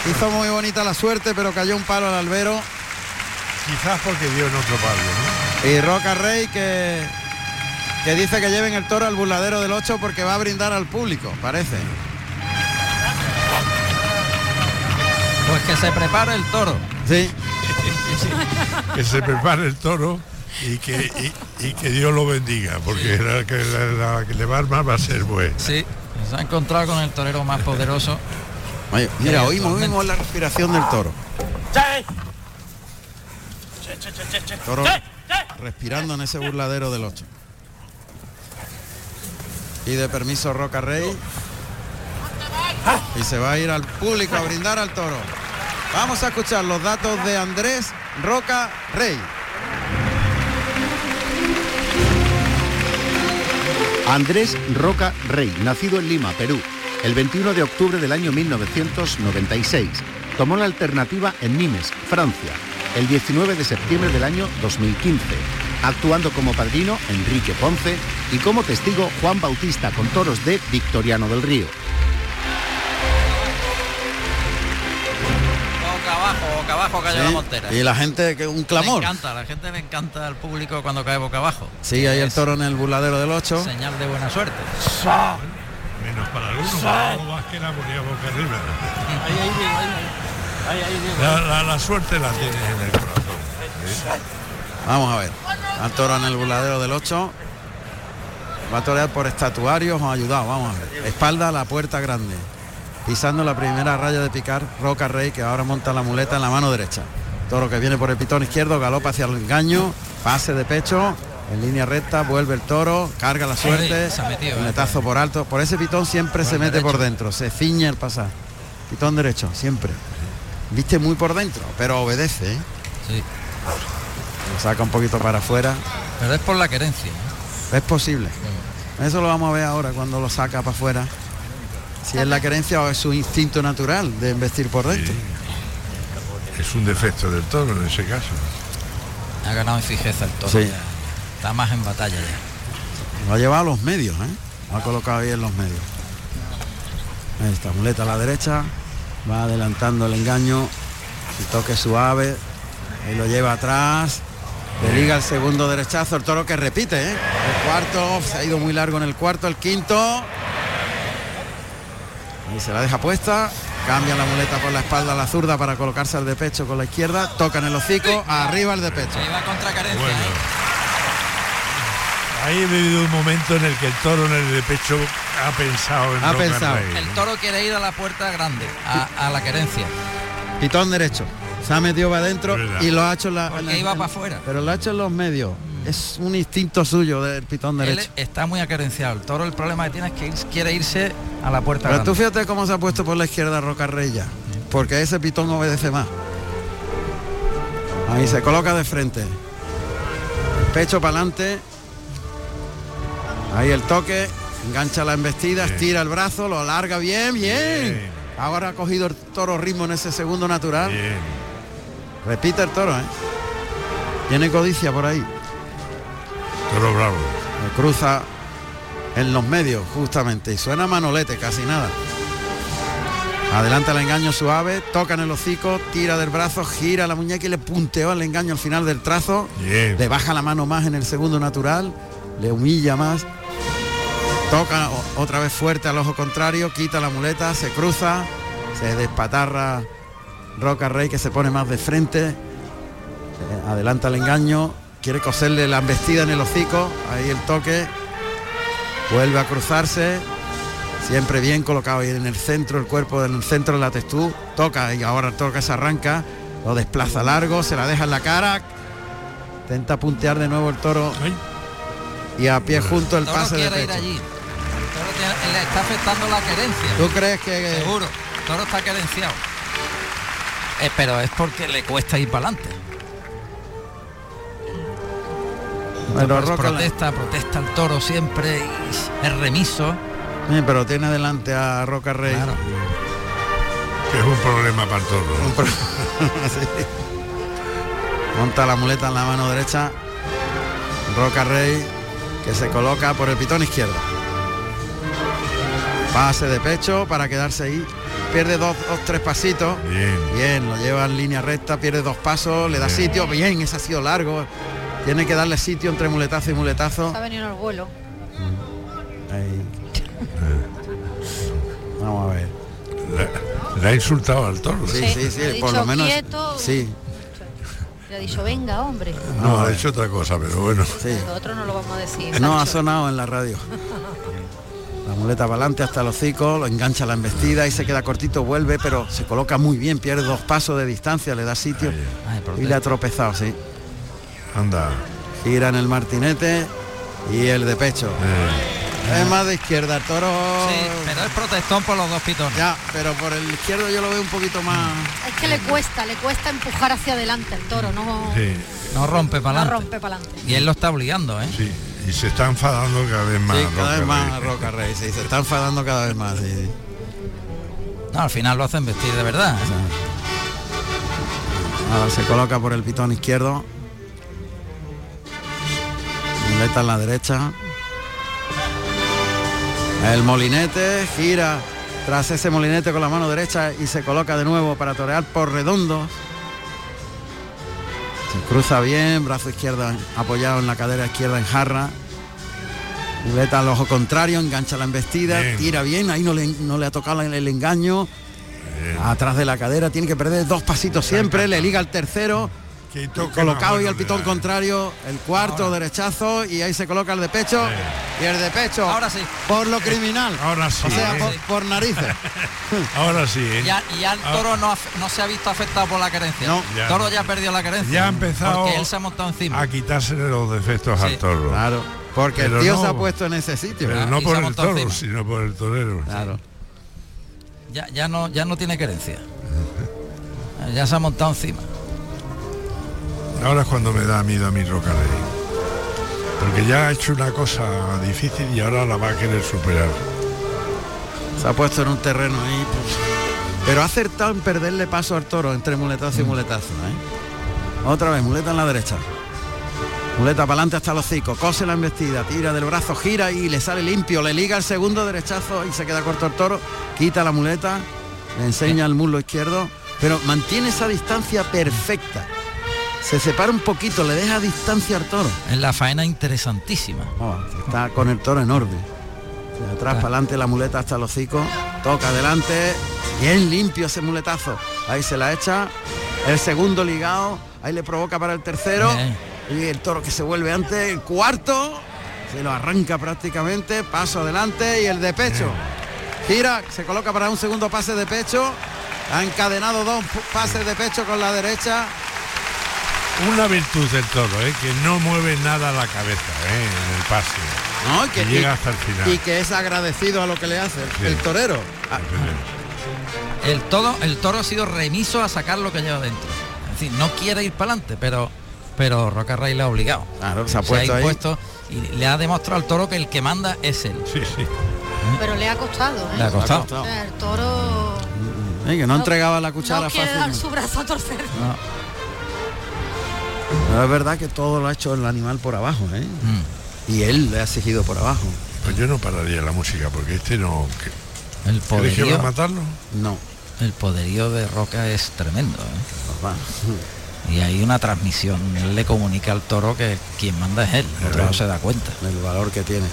Speaker 2: Hizo muy bonita la suerte, pero cayó un palo al albero.
Speaker 3: Quizás porque dio en otro palo, ¿no?
Speaker 2: Y Roca Rey que, que dice que lleven el toro al burladero del 8 porque va a brindar al público, parece.
Speaker 1: Pues que se prepare el toro.
Speaker 2: Sí.
Speaker 3: Que se prepare el toro y que, y, y que Dios lo bendiga, porque la que, la- la que le va a armar va a ser buena.
Speaker 1: Sí. Se ha encontrado con el torero
Speaker 2: [LAUGHS]
Speaker 1: más poderoso.
Speaker 2: Oye, Mira, hoy movimos la respiración del toro. Toro respirando en ese burladero del 8. Y de permiso Roca Rey. Ah. Y se va a ir al público a brindar al toro. Vamos a escuchar los datos de Andrés Roca Rey.
Speaker 10: Andrés Roca Rey, nacido en Lima, Perú, el 21 de octubre del año 1996. Tomó la alternativa en Nimes, Francia, el 19 de septiembre del año 2015, actuando como padrino Enrique Ponce y como testigo Juan Bautista con toros de Victoriano del Río.
Speaker 1: Boca abajo, boca abajo cayó la montera.
Speaker 2: Sí, Y la gente, que un clamor.
Speaker 1: Le encanta, a la gente le encanta al público cuando cae boca abajo.
Speaker 2: Sigue ahí el
Speaker 1: Es
Speaker 2: toro en el burladero del 8.
Speaker 1: Señal de buena suerte.
Speaker 3: Menos para algunos, para Hugo Vázquez la ponía boca arriba. La, la- la suerte la tienes en el corazón. ¿eh?
Speaker 2: Vamos a ver. Al toro en el burladero del 8. Va a torear por estatuarios o ayudado. Vamos a ver. Espalda a la puerta grande. Pisando la primera raya de picar, Roca Rey, que ahora monta la muleta en la mano derecha. Toro que viene por el pitón izquierdo, galopa hacia el engaño, pase de pecho, en línea recta, vuelve el toro, carga la suerte,
Speaker 1: se ha metido, eh.
Speaker 2: muletazo por alto. Por ese pitón siempre se mete por
Speaker 1: derecho.
Speaker 2: dentro, se ciñe el pasar. Pitón derecho, siempre. Viste muy por dentro, pero obedece. ¿eh?
Speaker 1: Sí.
Speaker 2: Lo saca un poquito para afuera.
Speaker 1: Pero es por la querencia. ¿eh?
Speaker 2: Es posible. Eso lo vamos a ver ahora cuando lo saca para afuera. Si es la querencia o es su instinto natural de investir por dentro.
Speaker 3: Es un defecto del toro en ese caso.
Speaker 1: Ha ganado en fijeza el toro.
Speaker 2: Sí.
Speaker 1: ya. Está más en batalla ya.
Speaker 2: Lo ha llevado a los medios, ¿eh? Lo ha colocado ahí en los medios. Esta muleta a la derecha, va adelantando el engaño, el toque suave, y lo lleva atrás, le liga el segundo derechazo, el toro que repite, ¿eh? El cuarto, se ha ido muy largo en el cuarto, el quinto. Ahí se la deja puesta, cambia la muleta por la espalda a la zurda para colocarse al de pecho con la izquierda, toca en el hocico, arriba el de pecho.
Speaker 1: Ahí va contra carencia.
Speaker 3: Bueno.
Speaker 1: ¿eh?
Speaker 3: Ahí he vivido un momento en el que el toro en el de pecho ha pensado en
Speaker 2: Ha
Speaker 3: Roca
Speaker 2: pensado.
Speaker 3: Rey, ¿no?
Speaker 1: El toro quiere ir a la puerta grande, a, a la querencia.
Speaker 2: Pitón derecho. Se ha metido para adentro
Speaker 3: Verdad.
Speaker 2: y lo ha hecho en la,
Speaker 1: Porque
Speaker 2: en la-
Speaker 1: iba
Speaker 2: en-
Speaker 1: para afuera.
Speaker 2: Pero lo ha hecho en los medios. Es un instinto suyo del pitón
Speaker 1: Él
Speaker 2: derecho.
Speaker 1: está muy acerenciado. El toro el problema que tiene es que ir- quiere irse a la puerta
Speaker 2: Pero tú
Speaker 1: grande.
Speaker 2: fíjate cómo se ha puesto por la izquierda Roca Rey ya, Porque ese pitón obedece más. Ahí se coloca de frente. Pecho para adelante. Ahí el toque. Engancha la embestida, estira el brazo, lo alarga bien, bien.
Speaker 3: Bien.
Speaker 2: Ahora ha cogido el toro ritmo en ese segundo natural.
Speaker 3: Bien.
Speaker 2: Repite el toro, ¿eh? Tiene codicia por ahí.
Speaker 3: Toro bravo.
Speaker 2: Lo cruza en los medios, justamente. Y suena manolete, casi nada. Adelanta el engaño suave, toca en el hocico, tira del brazo, gira la muñeca y le punteó al engaño al final del trazo.
Speaker 3: Bien.
Speaker 2: Le baja la mano más en el segundo natural, le humilla más. Toca o- otra vez fuerte al ojo contrario, quita la muleta, se cruza, se despatarra Roca Rey que se pone más de frente. Eh, adelanta el engaño, quiere coserle la embestida en el hocico, ahí el toque, vuelve a cruzarse, siempre bien colocado ahí en el centro, el cuerpo en el centro de la textura, toca y ahora toca, se arranca, lo desplaza largo, se la deja en la cara, intenta puntear de nuevo el toro
Speaker 3: Ay,
Speaker 2: y a pie junto el
Speaker 1: El toro
Speaker 2: pase de
Speaker 1: quiere ir
Speaker 2: pecho.
Speaker 1: allí. El toro tiene- le está afectando la querencia.
Speaker 2: ¿Tú crees que
Speaker 1: Seguro. El toro está querenciado. Eh, pero es porque le cuesta ir para adelante.
Speaker 2: Bueno,
Speaker 1: Entonces, pues,
Speaker 2: Roca la-
Speaker 1: protesta, protesta el toro siempre y es remiso.
Speaker 2: Sí, pero tiene delante a Roca Rey?
Speaker 1: Claro.
Speaker 3: que es un problema para el toro.
Speaker 2: Un pro- [LAUGHS] Sí. Monta la muleta en la mano derecha. Roca Rey que se coloca por el pitón izquierdo. Pase de pecho para quedarse ahí. Pierde dos, dos, tres pasitos.
Speaker 3: Bien.
Speaker 2: Bien, lo lleva en línea recta, pierde dos pasos, le da
Speaker 3: Bien.
Speaker 2: sitio. Bien, ese ha sido largo. Tiene que darle sitio entre muletazo y muletazo.
Speaker 7: Se ha venido en el vuelo. [LAUGHS]
Speaker 2: Ahí. Vamos a ver.
Speaker 3: Le, le ha insultado al toro.
Speaker 2: Sí,
Speaker 7: Sí,
Speaker 2: sí, sí,
Speaker 7: ha dicho
Speaker 2: por lo menos.
Speaker 7: quieto.
Speaker 2: Sí,
Speaker 7: Le ha dicho, venga, hombre.
Speaker 3: No,
Speaker 2: eh.
Speaker 3: ha hecho otra cosa, pero bueno.
Speaker 2: sí.
Speaker 7: Lo otro no lo vamos a decir.
Speaker 2: No ha
Speaker 7: Nacho.
Speaker 2: sonado en la radio. La muleta para adelante hasta el hocico, lo engancha la embestida y se queda cortito, vuelve, pero se coloca muy bien, pierde dos pasos de distancia, le da sitio
Speaker 1: Ay,
Speaker 2: y
Speaker 1: protesta.
Speaker 2: le ha tropezado, sí.
Speaker 3: Anda.
Speaker 2: Gira en el martinete y el de pecho.
Speaker 3: eh,
Speaker 2: Es más de izquierda, el toro.
Speaker 1: Sí, pero es protestón por los dos pitones.
Speaker 2: Ya, pero por el izquierdo yo lo veo un poquito más.
Speaker 7: Es que le cuesta, le cuesta empujar hacia adelante el toro, no,
Speaker 3: sí,
Speaker 1: No rompe para
Speaker 7: no
Speaker 1: adelante.
Speaker 7: rompe para adelante.
Speaker 1: Y él lo está obligando, ¿eh?
Speaker 3: sí. Y se está enfadando cada vez más.
Speaker 2: Sí, cada vez
Speaker 3: Roca
Speaker 2: más
Speaker 3: Rey.
Speaker 2: Roca Rey, sí, se está enfadando cada vez más. sí, sí.
Speaker 1: No, al final lo hacen vestir de verdad. ¿eh?
Speaker 2: Ahora se coloca por el pitón izquierdo. Muleta en la derecha. El molinete gira tras ese molinete con la mano derecha y se coloca de nuevo para torear por redondo. Se cruza bien, brazo izquierdo apoyado en la cadera izquierda en jarra. Muleta al ojo contrario, engancha la embestida,
Speaker 3: Bien.
Speaker 2: tira bien, ahí no le, no le ha tocado el- el engaño. Atrás de la cadera, tiene que perder dos pasitos siempre, le liga al tercero,
Speaker 3: Que toque más
Speaker 2: colocado y
Speaker 3: bueno
Speaker 2: al
Speaker 3: le
Speaker 2: pitón
Speaker 3: da.
Speaker 2: contrario, el cuarto derechazo y ahí se coloca el de pecho y el de pecho.
Speaker 1: Ahora sí.
Speaker 2: Por lo criminal.
Speaker 3: Ahora sí.
Speaker 2: O sea, pues,
Speaker 3: ¿eh?
Speaker 2: por, por
Speaker 3: [LAUGHS]
Speaker 2: narices.
Speaker 3: Ahora sí. ¿eh?
Speaker 1: Y ya, y ya el toro no, af- no se ha visto afectado por la carencia.
Speaker 2: No.
Speaker 1: el toro ya perdió la carencia.
Speaker 3: Ya ha empezado
Speaker 1: Porque él se ha montado encima.
Speaker 3: A quitársele los defectos
Speaker 1: Sí.
Speaker 3: al toro.
Speaker 2: Claro. Porque el
Speaker 3: Pero
Speaker 2: tío
Speaker 3: no.
Speaker 2: se ha puesto en ese sitio.
Speaker 3: Pero
Speaker 1: Ah, y
Speaker 3: no
Speaker 1: se
Speaker 3: por
Speaker 1: ha
Speaker 3: el
Speaker 1: montado
Speaker 3: toro,
Speaker 1: encima.
Speaker 3: sino por el torero.
Speaker 2: Claro.
Speaker 1: Ya, ya, no, ya no tiene carencia. Ya se ha montado encima.
Speaker 3: Ahora es cuando me da miedo a mi Roca Rey. Porque ya ha hecho una cosa difícil y ahora la va a querer superar.
Speaker 2: Se ha puesto en un terreno ahí. pues. Pero ha acertado en perderle paso al toro entre muletazo y muletazo. ¿eh? Otra vez, muleta en la derecha. Muleta para adelante hasta los cinco, cose la embestida, tira del brazo, gira y le sale limpio, le liga el segundo derechazo y se queda corto el toro, quita la muleta, le enseña el muslo izquierdo, pero mantiene esa distancia perfecta. Se separa un poquito, le deja distancia al toro.
Speaker 1: Es la faena interesantísima.
Speaker 2: Oh, está con el toro enorme. De atrás
Speaker 3: Ah.
Speaker 2: para adelante la muleta hasta los hocico. Toca adelante. Bien limpio ese muletazo. Ahí se la echa. El segundo ligado. Ahí le provoca para el tercero.
Speaker 1: Bien.
Speaker 2: Y el toro que se vuelve antes. El cuarto. Se lo arranca prácticamente. Paso adelante. Y el de pecho. Gira. Se coloca para un segundo pase de pecho. Ha encadenado dos pu- pases de pecho con la derecha.
Speaker 3: Una virtud del toro, ¿eh? que no mueve nada la cabeza ¿eh? en el pase.
Speaker 2: No, y que,
Speaker 3: Y llega hasta el final.
Speaker 2: y que es agradecido a lo que le hace el-
Speaker 3: Sí.
Speaker 2: el torero. Ah,
Speaker 1: El, todo, el toro ha sido remiso a sacar lo que lleva dentro. Es decir, no quiere ir para adelante, pero, pero Roca Rey le ha obligado.
Speaker 2: Claro, se ha puesto ahí.
Speaker 1: impuesto y le ha demostrado al toro que el que manda es él.
Speaker 3: Sí, sí.
Speaker 7: Pero le ha costado, ¿eh?
Speaker 1: Le ha costado.
Speaker 7: O sea, El toro
Speaker 2: Eh, que no entregaba la cuchara
Speaker 7: no quiere dar
Speaker 2: fácilmente.
Speaker 7: su brazo a torcer.
Speaker 2: Pero es verdad que todo lo ha hecho el animal por abajo, ¿eh?
Speaker 1: Mm.
Speaker 2: Y él le ha exigido por abajo.
Speaker 3: Pues yo no pararía la música porque este no. ¿qué-
Speaker 1: El
Speaker 3: ¿Crees que va a
Speaker 1: poderío,
Speaker 3: matarlo?
Speaker 2: No.
Speaker 1: el poderío de Roca es tremendo. ¿eh?
Speaker 2: va.
Speaker 1: Y hay una transmisión. Él le comunica al toro que quien manda es él. El otro no se da cuenta.
Speaker 2: [LAUGHS] El valor que tiene.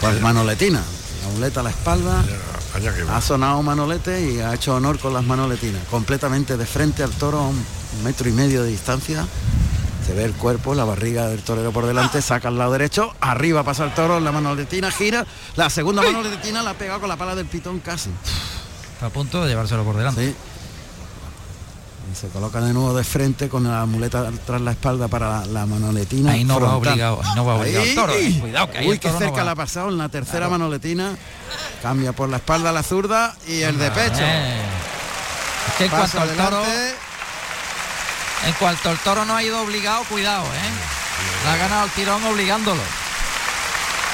Speaker 2: Pues manoletina. La muleta a la espalda.
Speaker 3: Ya, allá que va.
Speaker 2: Ha sonado manolete y ha hecho honor con las manoletinas. Completamente de frente al toro a un metro y medio de distancia. Se ve el cuerpo, la barriga del torero por delante, saca al lado derecho, arriba pasa el toro, la manoletina gira, la segunda manoletina la ha pegado con la pala del pitón casi.
Speaker 1: Está a punto de llevárselo por delante.
Speaker 2: Sí. Y se coloca de nuevo de frente con la muleta tras la espalda para la, la manoletina.
Speaker 1: Ahí no va
Speaker 2: frontal.
Speaker 1: obligado, ahí no va obligado
Speaker 2: Ahí.
Speaker 1: el toro. eh. Cuidado que ahí
Speaker 2: Uy,
Speaker 1: el
Speaker 2: qué
Speaker 1: toro no
Speaker 2: cerca
Speaker 1: va.
Speaker 2: la ha pasado en la tercera manoletina. Cambia por la espalda a la zurda y el de pecho.
Speaker 1: Eh. Es que en
Speaker 2: Paso
Speaker 1: cuanto, al toro,
Speaker 2: adelante.
Speaker 1: en cuanto el toro no ha ido obligado, cuidado, ¿eh? Le ha ganado el tirón obligándolo.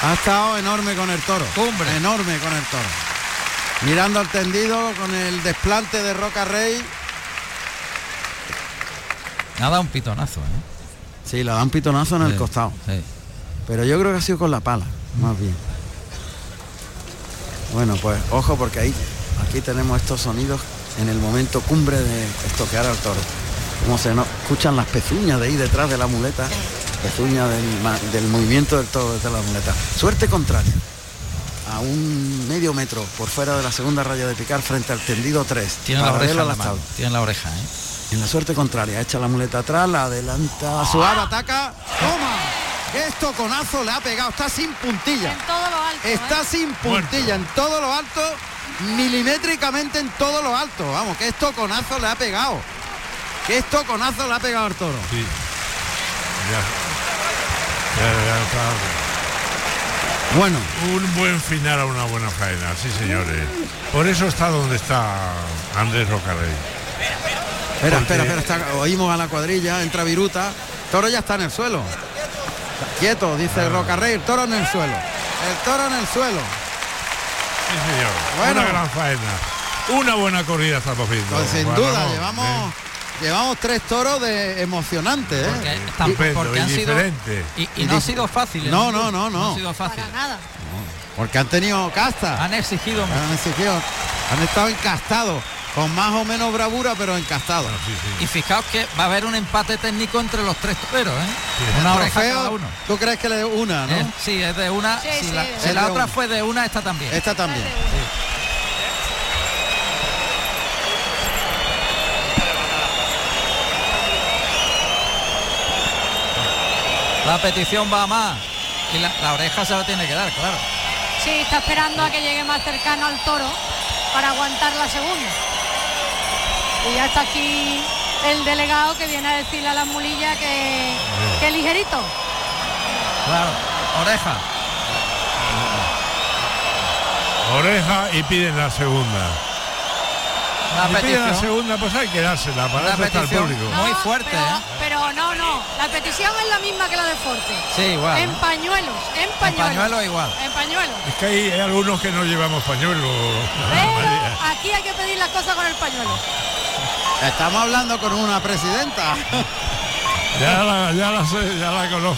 Speaker 2: Ha estado enorme con el toro.
Speaker 1: Cumbre.
Speaker 2: Enorme con el toro. Mirando al tendido con el desplante de Roca Rey.
Speaker 1: Nada, un pitonazo, ¿eh?
Speaker 2: Sí, le da un pitonazo en el
Speaker 1: Sí,
Speaker 2: costado.
Speaker 1: sí.
Speaker 2: Pero yo creo que ha sido con la pala, más bien. Bueno, pues ojo porque ahí, aquí tenemos estos sonidos en el momento cumbre de estoquear al toro. Como se nos escuchan las pezuñas de ahí detrás de la muleta, pezuñas del, ma- del movimiento del toro desde la muleta. Suerte contraria. A un medio metro por fuera de la segunda raya de picar frente al tendido 3.
Speaker 1: Tiene la oreja en la mano, Tiene la oreja, ¿eh?
Speaker 2: En la suerte contraria, echa la muleta atrás, la adelanta, suave, ataca, toma. Esto conazo le ha pegado, está sin puntilla.
Speaker 7: En todo lo alto.
Speaker 2: Está
Speaker 7: ¿eh?
Speaker 2: sin puntilla en todo lo alto, milimétricamente en todo lo alto. Vamos, que esto conazo le ha pegado. Que esto conazo le ha pegado al toro.
Speaker 3: Sí. Ya. Ya, ya está.
Speaker 2: Bueno,
Speaker 3: Un buen final a una buena faena, sí señores. Por eso está donde está Andrés Rocarrey.
Speaker 2: espera,
Speaker 3: Porque-
Speaker 2: espera, espera, está- oímos a la cuadrilla, entra Viruta, toro ya está en el suelo. Quieto, dice Rocarrey, el toro en el suelo. El toro en el suelo.
Speaker 3: Sí señor.
Speaker 2: Bueno.
Speaker 3: Una gran faena. Una buena corrida estamos viendo.
Speaker 2: Pues sin
Speaker 3: Juan
Speaker 2: duda,
Speaker 3: Ramón,
Speaker 2: llevamos,
Speaker 3: ¿eh?
Speaker 2: llevamos tres toros de emocionantes. ¿eh?
Speaker 1: Porque,
Speaker 3: Y-
Speaker 1: tampoco, porque
Speaker 3: y
Speaker 1: han sido.
Speaker 3: diferente.
Speaker 1: Y, y
Speaker 2: Y
Speaker 1: no ha
Speaker 2: dif-
Speaker 1: sido fácil. ¿eh?
Speaker 2: No, no, no, no.
Speaker 1: ha sido fácil.
Speaker 7: Para nada.
Speaker 2: Porque han tenido casta.
Speaker 1: Han exigido mucho.
Speaker 2: Han, exigido- han estado encastados. Con más o menos bravura, pero encastados.
Speaker 3: Sí, sí.
Speaker 1: Y fijaos que va a haber un empate técnico entre los tres toreros, ¿eh?
Speaker 3: Sí.
Speaker 1: Una oreja cada
Speaker 2: Trofeo,
Speaker 1: uno.
Speaker 2: ¿tú crees que le una, no?
Speaker 1: Eh, sí, es de una.
Speaker 7: Sí,
Speaker 1: si
Speaker 7: sí,
Speaker 1: la,
Speaker 7: es
Speaker 1: si
Speaker 2: de
Speaker 1: la
Speaker 2: una.
Speaker 1: otra fue de una, esta también.
Speaker 2: Esta también.
Speaker 1: La petición va a más. Y la, la oreja se la tiene que dar, claro.
Speaker 4: Sí, está esperando a que llegue más cercano al toro para aguantar la segunda. Y ya está aquí el delegado que viene a decirle a las mulillas que, que ligerito.
Speaker 1: Claro. Oreja.
Speaker 3: Oreja y piden la segunda.
Speaker 1: La
Speaker 3: Si piden la
Speaker 1: petición.
Speaker 3: segunda, pues hay que dársela, para
Speaker 1: Una
Speaker 3: eso está el
Speaker 1: petición.
Speaker 2: Pues
Speaker 3: público.
Speaker 1: Muy fuerte,
Speaker 4: pero,
Speaker 1: ¿eh?
Speaker 4: pero No, no, no. La petición es la misma que la de Forte.
Speaker 2: Sí, igual,
Speaker 4: En
Speaker 2: ¿no?
Speaker 4: pañuelos, en pañuelos.
Speaker 2: pañuelos igual.
Speaker 4: En pañuelos.
Speaker 3: Es que hay, hay algunos que no llevamos pañuelo.
Speaker 4: Pero
Speaker 3: [LAUGHS]
Speaker 4: aquí hay que pedir las cosas con el pañuelo.
Speaker 1: Estamos hablando con una presidenta.
Speaker 3: Ya la, ya la sé, ya la conozco.